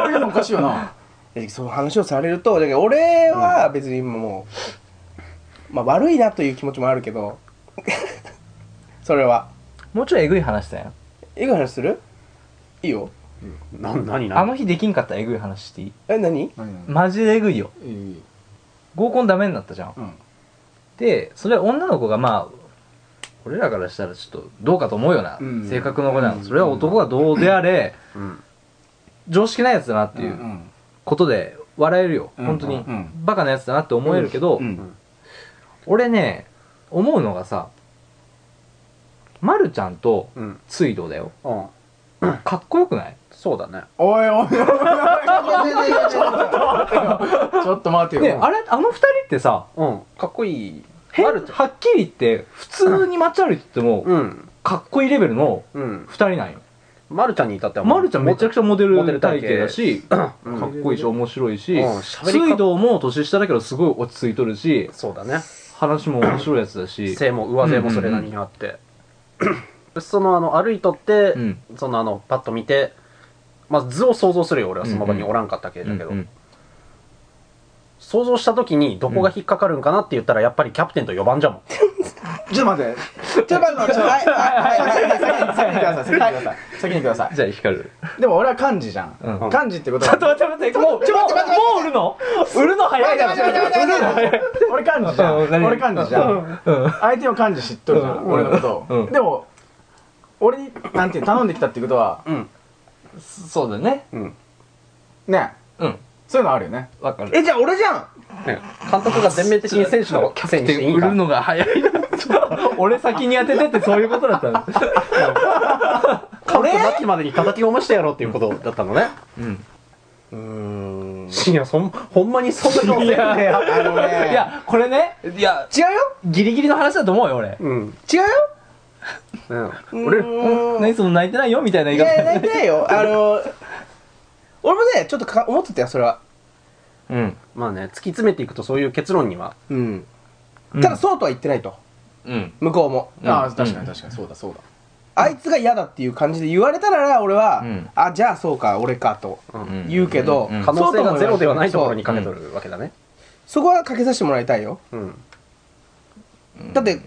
[SPEAKER 4] やでもおかしいよな
[SPEAKER 1] でそう話をされるとだけど俺は別にもう、まあ、悪いなという気持ちもあるけど (laughs) それは
[SPEAKER 2] もうちょいえぐい話だよ。
[SPEAKER 1] いい話するいいよ
[SPEAKER 3] な、なにな
[SPEAKER 2] あの日できんかったえぐい話していい
[SPEAKER 1] え何
[SPEAKER 4] 何々
[SPEAKER 2] マジでえぐいよ。
[SPEAKER 4] いいいい
[SPEAKER 2] 合コンダメになったじゃん。
[SPEAKER 4] うん
[SPEAKER 2] でそれは女の子がまあ俺らからしたらちょっとどうかと思うよな、
[SPEAKER 4] うん
[SPEAKER 2] 性格の子なのそれは男がどうであれ、
[SPEAKER 3] うん
[SPEAKER 2] 常識ないやつだなっていう
[SPEAKER 4] ん
[SPEAKER 2] んことで笑えるよ、
[SPEAKER 4] うん
[SPEAKER 2] 本当に、
[SPEAKER 4] うん
[SPEAKER 2] バカなやつだなって思えるけど、
[SPEAKER 4] うん
[SPEAKER 2] 俺ね思うのがさまるちゃんと
[SPEAKER 3] うん。
[SPEAKER 2] 水道だよ
[SPEAKER 3] うん。
[SPEAKER 2] かっこよくない
[SPEAKER 3] そうだね。
[SPEAKER 4] おいおいおいおいおいちょっと待てよ。ちょっと待て
[SPEAKER 2] ね
[SPEAKER 4] よ。
[SPEAKER 2] あれあの二人ってさ
[SPEAKER 3] うん。かっこいい。
[SPEAKER 2] 変
[SPEAKER 3] ま
[SPEAKER 2] は
[SPEAKER 3] るちゃん
[SPEAKER 2] っきり言って普通に街歩いてても
[SPEAKER 3] うん。
[SPEAKER 2] かっこいいレベルの
[SPEAKER 3] うん。
[SPEAKER 2] 二人なんよ
[SPEAKER 3] まるちゃんに至ってはもう。
[SPEAKER 2] まるちゃんめちゃくちゃモデル体型だし
[SPEAKER 3] モデル体型
[SPEAKER 2] かっこいいし面白いし、
[SPEAKER 3] うん喋り方
[SPEAKER 2] 水道も年下だけどすごい落ち着いとるし
[SPEAKER 3] そうだね。
[SPEAKER 2] 話も面白いやつだし
[SPEAKER 3] 背も上背もそれなりにあって。 (clears throat) その、あの、歩いとって
[SPEAKER 2] う、ん
[SPEAKER 3] その、あの、パッと見て、まあ図を想像するよ、俺はその場に
[SPEAKER 2] うん
[SPEAKER 3] おらんかったけ
[SPEAKER 2] う
[SPEAKER 3] だ
[SPEAKER 2] ん
[SPEAKER 3] けど
[SPEAKER 2] う。ん
[SPEAKER 3] 想像した時にどこが引っかかるんかなって言ったらやっぱりキャプテンと4番じゃもん。
[SPEAKER 4] ちょっと待って。
[SPEAKER 1] ちょっと待ってちょっとはいはいはいはい
[SPEAKER 4] 先にください。先にください。先にくださ
[SPEAKER 2] じゃあ光る
[SPEAKER 4] い。でも俺は漢字じゃん。
[SPEAKER 2] うん
[SPEAKER 4] 漢字ってこと
[SPEAKER 2] ちょっと
[SPEAKER 4] は、
[SPEAKER 2] 待って待ってもうちょっと待ってもう売るの売るの早いだ
[SPEAKER 1] 待って待って待って
[SPEAKER 2] ろ
[SPEAKER 4] 俺漢字じゃん。
[SPEAKER 2] うん何
[SPEAKER 4] 俺漢字じゃん。
[SPEAKER 2] うん
[SPEAKER 4] 相手の漢字知っとるじゃん。
[SPEAKER 2] うん
[SPEAKER 4] 俺のこと
[SPEAKER 2] う
[SPEAKER 4] を
[SPEAKER 2] ん。
[SPEAKER 4] でも、俺に、なんていうの頼んできたってことは、
[SPEAKER 3] うん。
[SPEAKER 2] そうだね
[SPEAKER 3] うん。
[SPEAKER 4] ね、
[SPEAKER 2] うん
[SPEAKER 4] そういうのあるよね。
[SPEAKER 2] わかる
[SPEAKER 1] えじゃあ俺じゃん
[SPEAKER 3] ね監督が全面的に選手のキャプテンにしていいん
[SPEAKER 2] 売
[SPEAKER 3] か
[SPEAKER 2] るのが早いな (laughs) 俺先に当ててってそういうことだったの
[SPEAKER 3] これ末期までに叩き込ましてやろうっていうことだったのね。
[SPEAKER 2] うん
[SPEAKER 1] うーん
[SPEAKER 3] 深夜、そん、ほんまにそんな状
[SPEAKER 2] いや
[SPEAKER 3] 況で。
[SPEAKER 1] あのね
[SPEAKER 2] いやこれねいや
[SPEAKER 1] 違うよ
[SPEAKER 2] ギリギリの話だと思うよ俺
[SPEAKER 3] うん。ね
[SPEAKER 1] 違うよ
[SPEAKER 3] 俺、
[SPEAKER 1] うーん
[SPEAKER 2] 何その泣いてないよみたいない言い
[SPEAKER 1] や
[SPEAKER 2] 方
[SPEAKER 1] 泣いてないよあの俺もねちょっとか思ってたよそれは
[SPEAKER 2] うん
[SPEAKER 3] まあね、突き詰めていくとそういう結論には。
[SPEAKER 1] うんただそうとは言ってないと
[SPEAKER 2] うん
[SPEAKER 1] 向こうも
[SPEAKER 2] うん
[SPEAKER 4] ああ、確かに確かに。そうだそうだ。
[SPEAKER 1] あいつが嫌だっていう感じで言われたら俺は、
[SPEAKER 2] うん
[SPEAKER 1] あじゃあそうか俺かと
[SPEAKER 3] うん
[SPEAKER 1] 言うけど、
[SPEAKER 2] うんうんうん
[SPEAKER 3] 可能性がゼロではないところに
[SPEAKER 1] そう
[SPEAKER 3] かけとるわけだね。
[SPEAKER 1] そこはかけさせてもらいたいよ
[SPEAKER 3] うん。
[SPEAKER 1] だって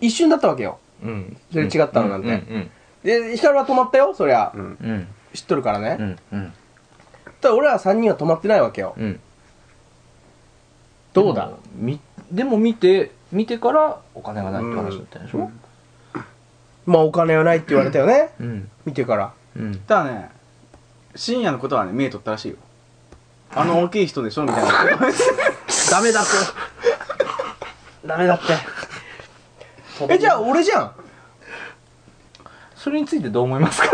[SPEAKER 1] 一瞬だったわけよ
[SPEAKER 2] うん
[SPEAKER 1] それ違ったのなんて
[SPEAKER 2] うん
[SPEAKER 1] で光は止まったよそりゃ、
[SPEAKER 3] うん。
[SPEAKER 2] うん
[SPEAKER 1] 知っとるからね、
[SPEAKER 2] うんうん
[SPEAKER 1] ただ俺ら3人は止まってないわけよ、
[SPEAKER 2] うん
[SPEAKER 1] どうだ
[SPEAKER 2] みでも見て見てからお金がないって話だったでしょ
[SPEAKER 1] まあお金はないって言われたよね、
[SPEAKER 2] うん
[SPEAKER 1] 見てから
[SPEAKER 2] うん
[SPEAKER 4] ただね、深夜のことはね、見えとったら (laughs) しいよ。あの大きい人でしょみたいな。
[SPEAKER 3] ダメだって。ダメだっ
[SPEAKER 1] (laughs)
[SPEAKER 3] て。
[SPEAKER 1] えじゃあ俺じゃん
[SPEAKER 2] それについてどう思いますか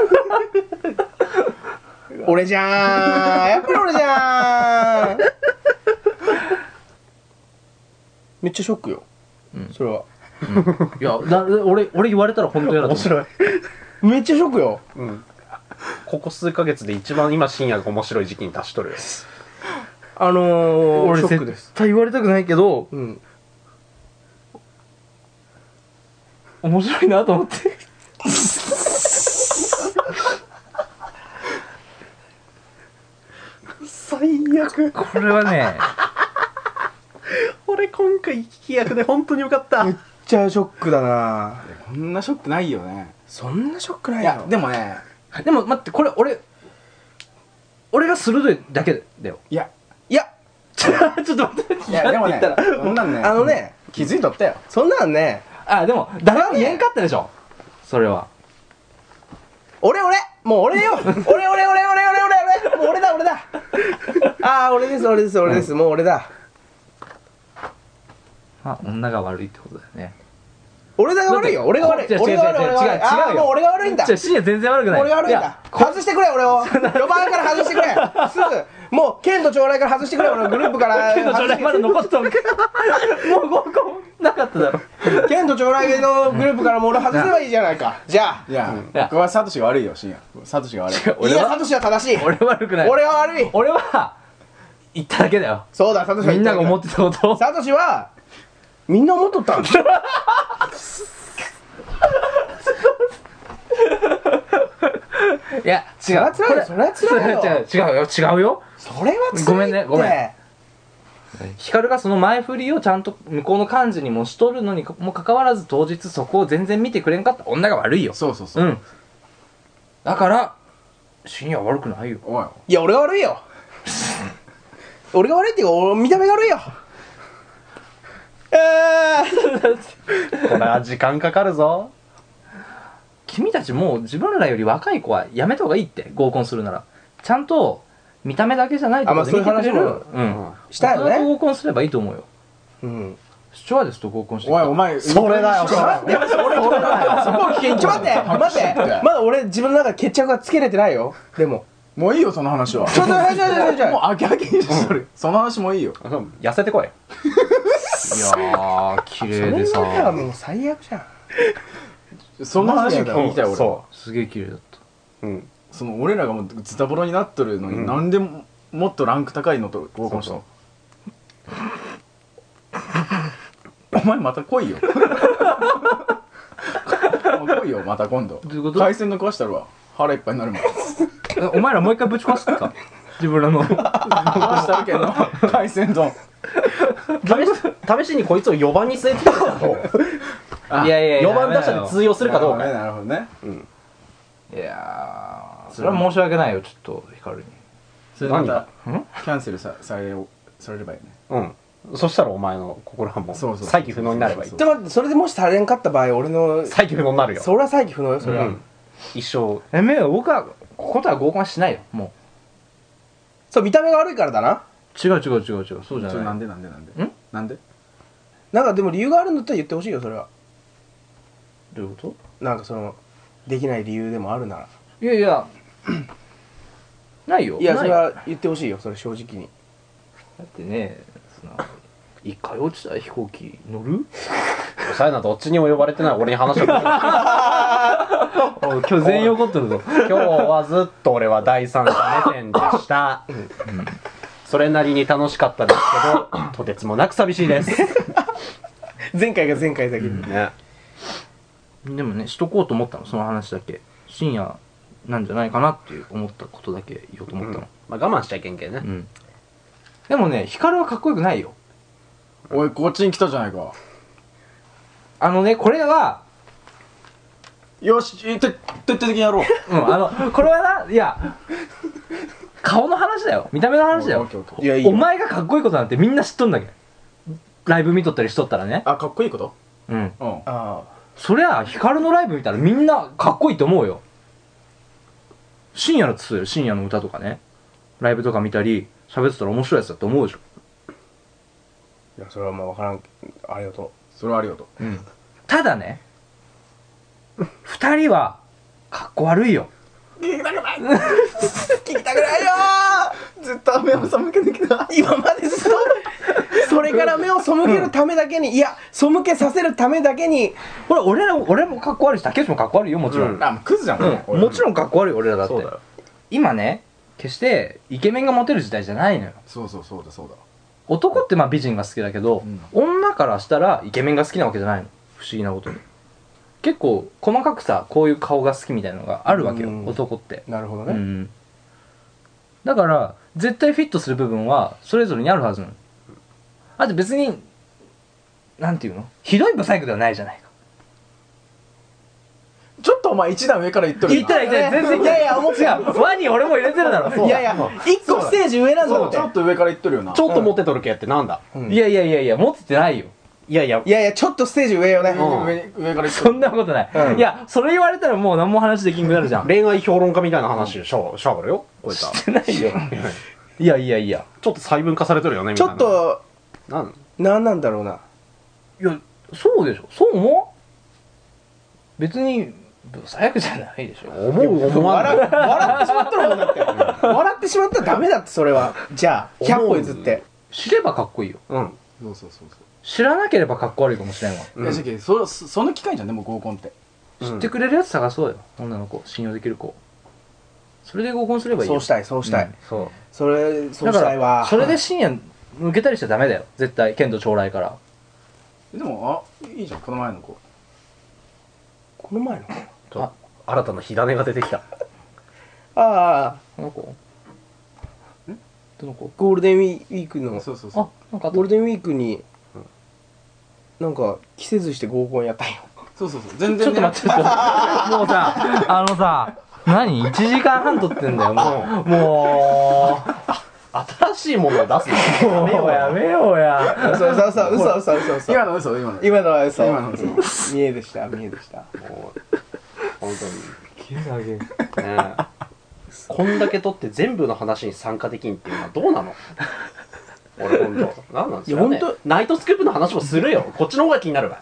[SPEAKER 1] 俺じゃーんやっぱり俺じゃーん (laughs) めっちゃショックよ、それはい
[SPEAKER 2] (laughs) やだ俺俺言われたら本当やだと思う
[SPEAKER 3] い。
[SPEAKER 1] めっちゃショックよ
[SPEAKER 3] うん。ここ数ヶ月で一番今深夜が面白い時期に達し (laughs) とるよ
[SPEAKER 1] あのー、
[SPEAKER 2] 俺
[SPEAKER 1] ショッ
[SPEAKER 2] 絶
[SPEAKER 1] クです。
[SPEAKER 2] 対言われたくないけど
[SPEAKER 1] うん。
[SPEAKER 2] 面白いなと思って
[SPEAKER 3] 最悪
[SPEAKER 2] これはね
[SPEAKER 3] 俺今回飛躍で本当によかった
[SPEAKER 1] めっちゃショックだな
[SPEAKER 4] こんなショックないよね
[SPEAKER 1] そんなショックないい
[SPEAKER 4] や
[SPEAKER 1] よ。
[SPEAKER 4] でもね
[SPEAKER 2] でも待ってこれ俺俺が鋭いだけだよ
[SPEAKER 4] いや
[SPEAKER 1] いや、
[SPEAKER 2] ちょっと待って
[SPEAKER 4] いやでもねそんなんね
[SPEAKER 1] あのね、
[SPEAKER 4] 気づいとったよ
[SPEAKER 1] そんなんね、
[SPEAKER 2] あでも誰も言えんかったでしょそれは
[SPEAKER 1] 俺俺もう俺よ俺俺俺俺俺俺俺もう俺だ俺だああ、俺です俺です俺です、もう俺だ。
[SPEAKER 2] まあ女が悪いってことだよね
[SPEAKER 1] 俺だが悪いよ。俺が悪い。
[SPEAKER 2] 違う違う
[SPEAKER 1] 俺が悪い。俺が悪い。
[SPEAKER 2] 違う違う違う
[SPEAKER 1] ああ、もう俺が悪いんだ
[SPEAKER 2] じゃ。あ深夜全然悪くない
[SPEAKER 1] 俺が悪いんだ。外してくれ、俺を。4番から外してくれ。すぐ、もう、剣と将来から外してくれ、俺のグループから。
[SPEAKER 2] けどちょうだいまだ残っとんけどもう合コンなかっただろ
[SPEAKER 1] 剣と将来のグループからもう俺外せばいいじゃないか。じゃあ。
[SPEAKER 4] いや
[SPEAKER 2] いや
[SPEAKER 4] 僕はサトシが悪いよ深夜サトシが悪い
[SPEAKER 1] い
[SPEAKER 2] 俺
[SPEAKER 1] や、
[SPEAKER 2] は
[SPEAKER 1] サトシは正しい。
[SPEAKER 2] 俺は悪くない
[SPEAKER 1] 俺は悪い。
[SPEAKER 2] 俺は言っただけだよ
[SPEAKER 1] そうだ、サトシは
[SPEAKER 2] みんなが思
[SPEAKER 1] っ
[SPEAKER 2] ってたことを
[SPEAKER 1] サトシは、みんな思っとったんだ。
[SPEAKER 2] いや違
[SPEAKER 1] それは
[SPEAKER 2] う
[SPEAKER 1] 辛いよ。それは辛いよ。
[SPEAKER 2] (laughs) 違うよ違うよ
[SPEAKER 1] それは辛いって。
[SPEAKER 2] ごめんねごめんヒカルがその前振りをちゃんと向こうの幹事にもしとるのにもかかわらず当日そこを全然見てくれんかった女が悪いよ
[SPEAKER 4] そうそうそううん
[SPEAKER 2] だから深夜は悪くないよ
[SPEAKER 4] おい
[SPEAKER 1] いや、俺が悪いよ。俺が悪いっていうか、俺見た目が悪いよ。えー
[SPEAKER 3] これは時間かかるぞ
[SPEAKER 2] 君たちもう自分らより若い子はやめた方がいいって合コンするならちゃんと見た目だけじゃないところで見てくれる
[SPEAKER 1] あまあそう
[SPEAKER 2] うん
[SPEAKER 1] したよ
[SPEAKER 2] 大人と
[SPEAKER 1] ね。
[SPEAKER 2] 合コンすればいいと思うよ
[SPEAKER 1] うん。
[SPEAKER 2] スチュワーデスと合コンしてき
[SPEAKER 4] おい
[SPEAKER 2] た
[SPEAKER 4] お前
[SPEAKER 3] それだよ
[SPEAKER 4] そ
[SPEAKER 3] そ
[SPEAKER 4] れ
[SPEAKER 3] れ
[SPEAKER 1] でもそれ俺俺そこを聞けちょ待って待ってまだ俺自分の中で決着がつけれてないよでも
[SPEAKER 4] もういいよその話は
[SPEAKER 1] ちょっと待ってちょっと待ってちょっと
[SPEAKER 4] もう
[SPEAKER 1] 待
[SPEAKER 4] 飽き飽きにしとるその話もういいよ
[SPEAKER 3] 痩せ
[SPEAKER 1] (laughs)
[SPEAKER 3] てこい
[SPEAKER 2] いやー綺麗
[SPEAKER 1] って
[SPEAKER 2] で
[SPEAKER 1] それなら
[SPEAKER 2] さ
[SPEAKER 1] もう最悪じゃん
[SPEAKER 4] その話を聞きたい俺
[SPEAKER 3] そ
[SPEAKER 2] すげえ綺麗だった
[SPEAKER 1] うん
[SPEAKER 4] その俺らがもうズタボロになっとるの
[SPEAKER 1] うん
[SPEAKER 4] になんでももっとランク高いのと合コンしたの (laughs) お前また来いよお前来いよまた今度
[SPEAKER 2] どういうこと
[SPEAKER 4] 海鮮の食わしたるわ腹いっぱいになるもん食
[SPEAKER 2] えお前らもう一回ぶち壊す (laughs) か自分らの
[SPEAKER 4] わしたるけんの海鮮丼
[SPEAKER 3] う試しにこいつを4番に据えてた
[SPEAKER 4] あ
[SPEAKER 2] いやいやいや
[SPEAKER 3] 4番打者で通用するかどう
[SPEAKER 4] なるほ
[SPEAKER 3] か
[SPEAKER 4] なるほどね
[SPEAKER 2] いやーそれは申し訳ないよちょっとヒカルに
[SPEAKER 4] それでまた
[SPEAKER 2] 何
[SPEAKER 4] キャンセルさされよされればいいね
[SPEAKER 3] うんそしたらお前の心はも
[SPEAKER 4] そう
[SPEAKER 3] う
[SPEAKER 4] そう
[SPEAKER 3] 再起不能になればいい
[SPEAKER 4] そう
[SPEAKER 1] ちょっと待ってそれでもし足りんかった場合俺の
[SPEAKER 3] 再起不能になるよ
[SPEAKER 1] それは再起不能よそれ
[SPEAKER 3] う
[SPEAKER 1] は
[SPEAKER 3] ん一生
[SPEAKER 2] やめよう僕はこことは合コンはしないよも
[SPEAKER 1] そう見た目が悪いからだな
[SPEAKER 2] う違う違う違う違うそうじ
[SPEAKER 4] ちょっ
[SPEAKER 2] ゃ
[SPEAKER 4] とな
[SPEAKER 2] ない
[SPEAKER 4] んでなんでなんで
[SPEAKER 2] ん
[SPEAKER 4] なんで
[SPEAKER 1] なんかでも理由があるんだったら言ってほしいよそれは
[SPEAKER 2] どういうこ
[SPEAKER 1] なんかそのできない理由でもあるなら
[SPEAKER 2] といやいや (clears throat) ないよ
[SPEAKER 1] いやそれ
[SPEAKER 2] な
[SPEAKER 1] は言ってほしいよそれ正直に
[SPEAKER 2] だってねその一回落ちた飛行機乗る
[SPEAKER 3] さやなどっちにも呼ばれてない俺に話を聞
[SPEAKER 1] (laughs)
[SPEAKER 3] く
[SPEAKER 2] お (laughs) い今日全員怒ってるぞ
[SPEAKER 3] 今日はずっと俺は第三者目線でした。それなりに楽しかったです
[SPEAKER 1] (laughs)
[SPEAKER 3] けど、とてつもなく寂しいです。
[SPEAKER 1] 前回が前回だけど
[SPEAKER 3] ね。
[SPEAKER 2] でもねしとこうと思ったのその話だけ深夜なんじゃないかなっていう思ったことだけ言おうと思ったの
[SPEAKER 3] まあ我慢しちゃいけんけんね
[SPEAKER 2] う。ん、でもねヒカルはかっこよくないよ
[SPEAKER 4] おいこっちに来たじゃないか
[SPEAKER 2] あのねこれは
[SPEAKER 4] よし徹底的にやろう
[SPEAKER 2] うん、あの、これはな、いや、顔の話だよ。見た目の話だ
[SPEAKER 4] オ
[SPEAKER 2] よ
[SPEAKER 4] ッ。ケーオッケー
[SPEAKER 1] いやいいよ
[SPEAKER 2] お前がかっこいいことなんてみんな知っとんだけど。ライブ見とったりしとったらね。
[SPEAKER 4] (laughs) あかっこいいこと
[SPEAKER 2] うん。
[SPEAKER 4] うん
[SPEAKER 1] あ
[SPEAKER 2] そりゃ、ヒカルのライブ見たらみんなかっこいいと思うよ。深夜のつよ、深夜の歌とかね。ライブとか見たり、喋ってたら面白いやつだと思うでしょ。
[SPEAKER 1] あいやそれはまあ分からんありがと
[SPEAKER 4] それはありがとう
[SPEAKER 2] うん。ただね、二人は、かっこ悪いよ。
[SPEAKER 1] う聞きたくないよー
[SPEAKER 4] ずっと目を背けてきた
[SPEAKER 1] 今までずっとそれから目を背けるためだけに、いや背けさせるためだけに
[SPEAKER 2] これ、俺ら、俺もかっこ悪いし、竹内もかっこ悪いよ、もちろん。
[SPEAKER 3] うん
[SPEAKER 4] あもうクズじゃん、
[SPEAKER 2] うん、もちろんかっこ悪い俺らだって
[SPEAKER 3] そうだよ。
[SPEAKER 2] 今ね決してイケメンがモテる時代じゃないのよ
[SPEAKER 4] そうそうそうだそうだ
[SPEAKER 2] 男ってまあ美人が好きだけど、女からしたらイケメンが好きなわけじゃないの不思議なことに結構細かくさこういう顔が好きみたいなのがあるわけよ、
[SPEAKER 1] うん
[SPEAKER 2] 男って、
[SPEAKER 1] なるほど
[SPEAKER 2] う
[SPEAKER 1] ね。
[SPEAKER 2] んだから絶対フィットする部分はそれぞれにあるはずなのあと別になんていうのひどいブサイクではないじゃないか
[SPEAKER 4] ちょっとお前一段上から言っとる
[SPEAKER 2] 言ったら言ったら全然
[SPEAKER 1] いやいや思っ
[SPEAKER 2] 違う輪に俺も入れてるだろ
[SPEAKER 1] いやいや、一個ステージ上なんだ
[SPEAKER 4] そう
[SPEAKER 1] って
[SPEAKER 4] ちょ。っと上から言っとるよな
[SPEAKER 3] ちょっとモテとるけってなんだ
[SPEAKER 2] いやいやいやいや持っててないよ
[SPEAKER 3] いやいや
[SPEAKER 1] いやいや、ちょっとステージ上よね。
[SPEAKER 3] うん
[SPEAKER 4] 上に上から言っと
[SPEAKER 2] そ
[SPEAKER 4] る
[SPEAKER 2] んなことない、
[SPEAKER 1] うん
[SPEAKER 2] いやそれ言われたらもう何も話できんくなるじゃん
[SPEAKER 3] 恋愛評論家みたいな話でしゃしゃべるよこういった
[SPEAKER 2] してないよいやいやいや
[SPEAKER 3] ちょっと細分化されてるよねみ
[SPEAKER 1] ち
[SPEAKER 3] たい
[SPEAKER 1] ょ
[SPEAKER 3] な
[SPEAKER 1] っと、
[SPEAKER 3] なん
[SPEAKER 1] なんなんだろうな。
[SPEAKER 2] いやそうでしょそう思わん別にブサイクじゃないでしょ
[SPEAKER 3] 思う思わな
[SPEAKER 1] 笑
[SPEAKER 3] い
[SPEAKER 1] 笑ってしまったらもんだって。笑ってしまったらダメだって、それは。じゃあ、100歩譲って。
[SPEAKER 2] 知ればかっこいいよ
[SPEAKER 3] うん
[SPEAKER 4] そうそうそうそう
[SPEAKER 2] 知らなければかっこ悪いかもしれんわ、
[SPEAKER 4] いやじゃけそそその機会じゃんねもう合コンって
[SPEAKER 2] 知ってくれるやつ探そうよ女の子信用できる子それで合コンすればいいよ
[SPEAKER 1] そうしたい、そうしたい。
[SPEAKER 2] そ
[SPEAKER 1] それ、
[SPEAKER 2] う
[SPEAKER 1] そう
[SPEAKER 2] だ
[SPEAKER 1] し
[SPEAKER 2] か
[SPEAKER 1] たいわ
[SPEAKER 2] ら。それで深夜抜けたりしちゃダメだよ絶対剣道将来から
[SPEAKER 4] でもあいいじゃんこの前の子
[SPEAKER 1] この前の。
[SPEAKER 3] と新たな火種が出てきた
[SPEAKER 1] ああ、
[SPEAKER 2] この子どの子
[SPEAKER 1] ゴールデンウィークの。
[SPEAKER 4] そうそうそ
[SPEAKER 2] あ
[SPEAKER 4] う
[SPEAKER 2] なんかあった
[SPEAKER 1] ゴールデンウィークに、なんか、着せずして合コンやった (laughs) んよ。
[SPEAKER 4] そうそうそう全然
[SPEAKER 2] ちょっと待って、ち (laughs) ょっともうさ、あのさ、何 ?1 時間半撮ってんだよ、もう。も
[SPEAKER 3] 新しい (laughs) ものを出す
[SPEAKER 2] う、
[SPEAKER 3] の
[SPEAKER 2] もうやめようや。
[SPEAKER 1] 嘘嘘嘘嘘嘘嘘嘘。
[SPEAKER 4] 今の嘘今の嘘
[SPEAKER 1] 今のは嘘。
[SPEAKER 4] 今の嘘
[SPEAKER 1] 見えでした、見えでした。
[SPEAKER 3] もう本当にねえ (laughs) こんだけ撮って全部の話に参加できんっていうのはどうなの俺本当なんなんですか、ね、
[SPEAKER 1] いや本
[SPEAKER 3] ナイトスクープの話もするよこっちの方が気になるわ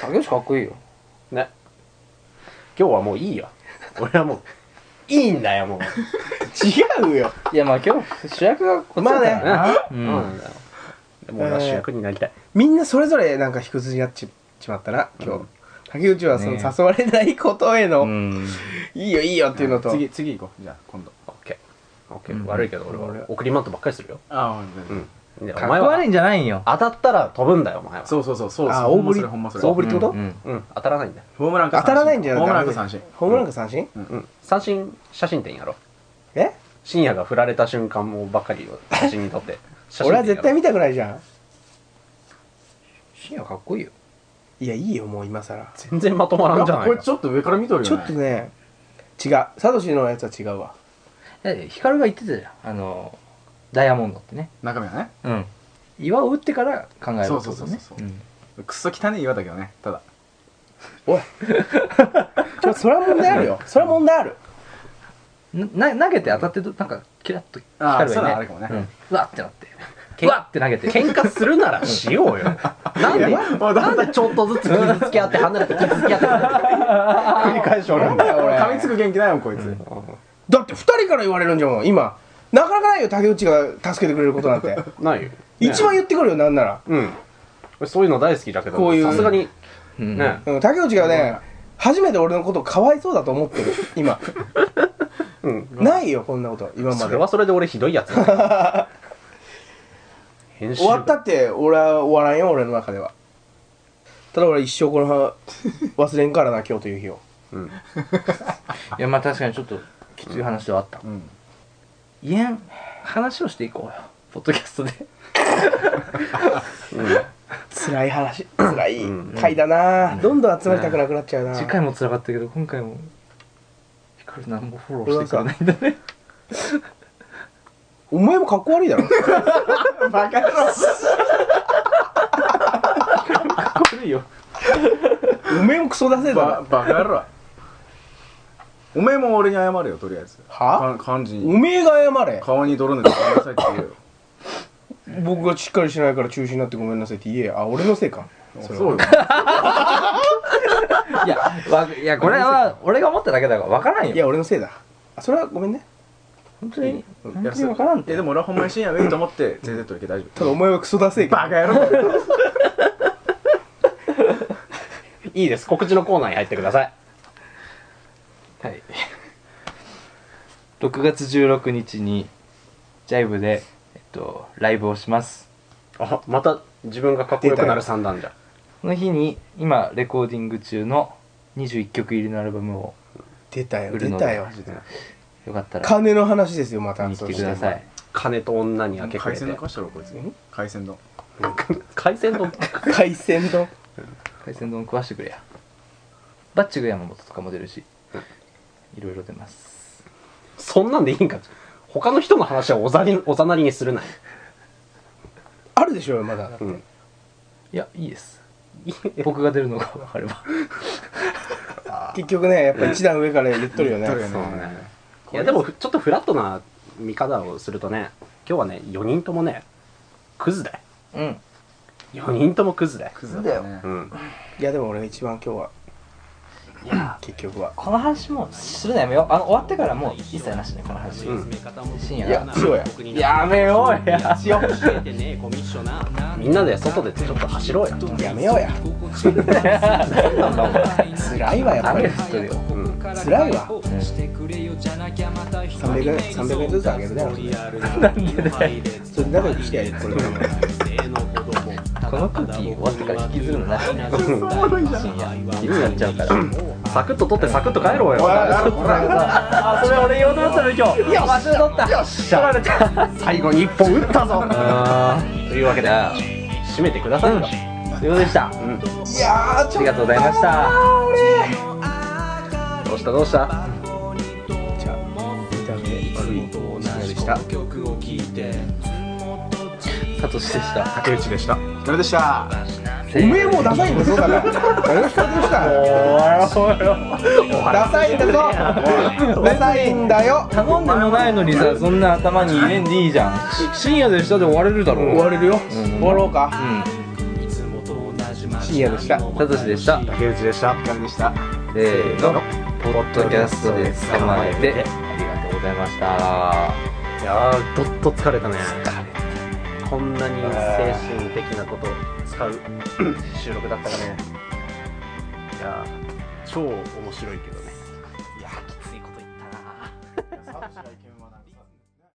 [SPEAKER 2] 竹内かっこいいよ。
[SPEAKER 3] ね今日はもういいよ俺はもういいんだよも
[SPEAKER 1] 違うよ。
[SPEAKER 2] いや、まあ今日、主役がこっち
[SPEAKER 1] ま
[SPEAKER 2] だ
[SPEAKER 1] あ
[SPEAKER 2] から
[SPEAKER 1] ね、
[SPEAKER 2] な。
[SPEAKER 3] う、
[SPEAKER 2] うん
[SPEAKER 3] そうなんだよでも俺は主役になりたい、
[SPEAKER 1] みんなそれぞれなんか卑屈になっちちまったな、今日。竹内はその
[SPEAKER 2] ね
[SPEAKER 1] 誘われないことへの、
[SPEAKER 2] うん。
[SPEAKER 1] いいよいいよっていうのと、
[SPEAKER 4] 次次行こうじゃあ今度
[SPEAKER 3] オッケーオッケー、
[SPEAKER 2] うん
[SPEAKER 3] 悪いけど俺は送りマントばっかりするよ、
[SPEAKER 4] ああ
[SPEAKER 3] うん、でお
[SPEAKER 2] かっこ
[SPEAKER 3] 前は
[SPEAKER 2] 悪いんじゃないんよ。
[SPEAKER 3] 当たったら飛ぶんだよお前は
[SPEAKER 4] そうそうそうそう
[SPEAKER 1] あ
[SPEAKER 4] そう
[SPEAKER 1] 大振り
[SPEAKER 4] ほんまそれ
[SPEAKER 3] 大
[SPEAKER 4] ほん
[SPEAKER 3] 振
[SPEAKER 4] ま
[SPEAKER 3] りってこと、
[SPEAKER 2] うんうん
[SPEAKER 3] うん当たらないんだよ
[SPEAKER 4] それホームランか
[SPEAKER 1] 当たらないんじゃない
[SPEAKER 4] ホームランか三振
[SPEAKER 1] ホームランか三振
[SPEAKER 3] うん、三振写真展やろ
[SPEAKER 1] え
[SPEAKER 3] 深夜が振られた瞬間もばっかりを写真に撮って写真
[SPEAKER 1] (laughs) 俺は絶対
[SPEAKER 3] 見
[SPEAKER 1] 見たくないじゃん。
[SPEAKER 2] 深夜かっこいいよ。
[SPEAKER 1] いや、いいよ、もう今更。
[SPEAKER 3] 全然まとまらんじゃな
[SPEAKER 4] こ
[SPEAKER 3] い
[SPEAKER 4] れ
[SPEAKER 3] か
[SPEAKER 4] ちょっと上から見とる
[SPEAKER 1] ちょ
[SPEAKER 4] よ
[SPEAKER 1] っと
[SPEAKER 4] ね
[SPEAKER 1] ね、違う。サトシのやつは違うわ。
[SPEAKER 2] だってヒカルが言ってたじゃん。あの、ダイヤモンドってね。
[SPEAKER 4] 中身はね
[SPEAKER 2] うん。岩を打ってから考えること
[SPEAKER 4] そうそうそう
[SPEAKER 2] ね
[SPEAKER 4] そう。
[SPEAKER 2] うん
[SPEAKER 4] くっそ汚い岩だけどねただ
[SPEAKER 1] おい。ちょ、それは問題あるよ。それは問題ある。
[SPEAKER 2] なな投げて当たってどなんかキラッと光る
[SPEAKER 4] あーそうなの
[SPEAKER 2] よ
[SPEAKER 4] あ
[SPEAKER 2] ね
[SPEAKER 4] るかもね
[SPEAKER 2] うんうわってなって
[SPEAKER 3] け
[SPEAKER 2] うわって投げて
[SPEAKER 3] 喧嘩するならしよ
[SPEAKER 2] (laughs)
[SPEAKER 3] うよなんでなんでちょっとずつ傷つけ合って離れて傷つけ合って離れて繰り返しおるんだよ
[SPEAKER 1] 俺
[SPEAKER 4] 噛みつく元気ないもんこいつ
[SPEAKER 1] だって2人から言われるんじゃもん今なかなかないよ竹内が助けてくれることなんて
[SPEAKER 3] ないよ、
[SPEAKER 1] 一番言ってくるよなんなら、
[SPEAKER 3] うん俺そういうの大好きだけど
[SPEAKER 1] こういう
[SPEAKER 3] さすがに
[SPEAKER 2] うん
[SPEAKER 3] ね、
[SPEAKER 1] うん、竹内がね初めて俺のことかわいそうだと思ってる今
[SPEAKER 3] (laughs) うん、
[SPEAKER 1] ないよこんなこと今ま
[SPEAKER 3] そ
[SPEAKER 1] で
[SPEAKER 3] れはそれで俺ひどいやつ
[SPEAKER 1] (laughs)
[SPEAKER 3] だ編集
[SPEAKER 1] 終わったって俺は終わらんよ俺の中ではただ俺一生この忘れんからな今日という日を
[SPEAKER 3] うん
[SPEAKER 2] いやまあ確かにちょっときつい話ではあった、
[SPEAKER 4] うん
[SPEAKER 2] 言えん話をしていこうよポッドキャストで
[SPEAKER 1] 辛い話 (clears throat) 辛い
[SPEAKER 3] うん
[SPEAKER 1] 回だな、どんどん集まりたくなくなっちゃうな、
[SPEAKER 2] (laughs) 次回も辛かったけど今回もヒカル何もフォローしてくれないんだね
[SPEAKER 1] お前もかっこ悪いだろ
[SPEAKER 4] バカ野郎
[SPEAKER 2] 悪いよ
[SPEAKER 1] お前もクソ出せだ
[SPEAKER 4] バ
[SPEAKER 1] な
[SPEAKER 4] バカ野郎おめえも俺に謝れよとりあえず
[SPEAKER 1] は
[SPEAKER 4] か漢字に
[SPEAKER 1] おめえが謝れ
[SPEAKER 4] 顔に泥塗ってごめんなさいって言うよ
[SPEAKER 1] 僕がしっかりしないから中止になってごめんなさいって言えよあ俺のせいか
[SPEAKER 4] そうよ
[SPEAKER 2] いやわいやこれは俺が思っただけだから分からんよ
[SPEAKER 1] いや俺のせいだあそれはごめんね
[SPEAKER 2] 本当に
[SPEAKER 4] う
[SPEAKER 2] 本
[SPEAKER 4] んい
[SPEAKER 2] 当
[SPEAKER 4] や
[SPEAKER 2] に
[SPEAKER 4] そう
[SPEAKER 2] 分からんっ
[SPEAKER 4] いや
[SPEAKER 2] て
[SPEAKER 4] でも俺はほんまに深夜上いいと思って全然とるけど大丈
[SPEAKER 1] ただ
[SPEAKER 4] 夫
[SPEAKER 1] お前はクソだせえ
[SPEAKER 4] バ
[SPEAKER 1] か
[SPEAKER 4] カ野郎
[SPEAKER 3] いいです告知のコーナーに入ってください
[SPEAKER 2] はい6月16日にジャイブで、えっと、ライブをします
[SPEAKER 3] あまた自分がかっこよくなる三段じゃ
[SPEAKER 2] その日に今レコーディング中の21曲入りのアルバムを
[SPEAKER 1] 出たよ
[SPEAKER 2] 売る
[SPEAKER 1] 出
[SPEAKER 2] の
[SPEAKER 1] たよ
[SPEAKER 2] よかったら
[SPEAKER 1] 金の話ですよまた
[SPEAKER 2] 見に来てください
[SPEAKER 3] 金と女に明け暮れ
[SPEAKER 4] 海
[SPEAKER 3] て
[SPEAKER 4] 鮮丼貸したろこいつ海鮮丼
[SPEAKER 3] 海鮮丼
[SPEAKER 1] 海鮮丼
[SPEAKER 2] 海鮮丼食わしてくれやバッチグ山本とかも出るしいろいろ出ます
[SPEAKER 3] そんなんでいいんか他の人の話はおざりおざなりにするなよ、
[SPEAKER 1] あるでしょうよまだ
[SPEAKER 3] うん、
[SPEAKER 2] いやいいです僕が出るのが分かれば
[SPEAKER 1] 結局ねやっぱ一段上から言っとるよね
[SPEAKER 4] 言っとるよね
[SPEAKER 3] そうねいやでもちょっとフラットな見方をするとね今日はね4人ともねクズだよ
[SPEAKER 2] うん
[SPEAKER 3] 4人ともクズだよ、
[SPEAKER 4] ク
[SPEAKER 1] ズだよ
[SPEAKER 3] うん、
[SPEAKER 1] いやでも俺が一番今日はい
[SPEAKER 3] や
[SPEAKER 1] 結局は
[SPEAKER 2] この話もうするのやめようあの終わってからもう一切なしねこの話、
[SPEAKER 3] うん
[SPEAKER 2] 深
[SPEAKER 1] い
[SPEAKER 2] 夜
[SPEAKER 1] やそうや
[SPEAKER 2] やめようやしよう
[SPEAKER 3] みんなで外でちょっと走ろうよ、
[SPEAKER 1] やめよう (laughs) や辛いわやっぱ
[SPEAKER 2] 雨
[SPEAKER 1] り
[SPEAKER 2] 降ってるよ
[SPEAKER 3] うん、
[SPEAKER 1] 辛いわ300円300円ずつあげるね
[SPEAKER 2] なんでだよ
[SPEAKER 1] それ仲良くしてやるこれからも
[SPEAKER 2] この空気終わってから引きずる
[SPEAKER 1] (laughs)
[SPEAKER 2] のなしね深夜気になっちゃうから
[SPEAKER 3] サクッと取ってサクッと帰ろうよ
[SPEAKER 2] あそれ俺言おうと思ったのに今日よし取ったよっしゃ取られた
[SPEAKER 3] 最後に1本打ったぞ
[SPEAKER 2] あーというわけで
[SPEAKER 3] 締めてくださいよ、
[SPEAKER 2] ということでした、
[SPEAKER 1] いやーち
[SPEAKER 2] あ
[SPEAKER 1] ょっ
[SPEAKER 2] りがとうございました
[SPEAKER 3] どうしたどうした
[SPEAKER 1] とじゃあ一段上悪い女でした
[SPEAKER 2] サトシでした
[SPEAKER 4] 竹内でしたそれでした
[SPEAKER 1] おめえもダサいんだぞだから誰が比較したのダサいんだぞダサいんだよ
[SPEAKER 2] 頼んでもないのにさそんな頭に入れんでいいじゃんし深夜でしたで終われるだろ
[SPEAKER 1] 終われるよ終わろうか
[SPEAKER 2] う
[SPEAKER 1] 深夜でした
[SPEAKER 2] んサトシでした
[SPEAKER 4] 竹内でした竹内でした
[SPEAKER 2] せーのポッドキャストで捕まえてありがとうございました
[SPEAKER 3] いやーどっと疲れたねこんなに精神的なことを使う収録だったかねいやー超面白いけどねいやーきついこと言ったな
[SPEAKER 4] サトシがイケメン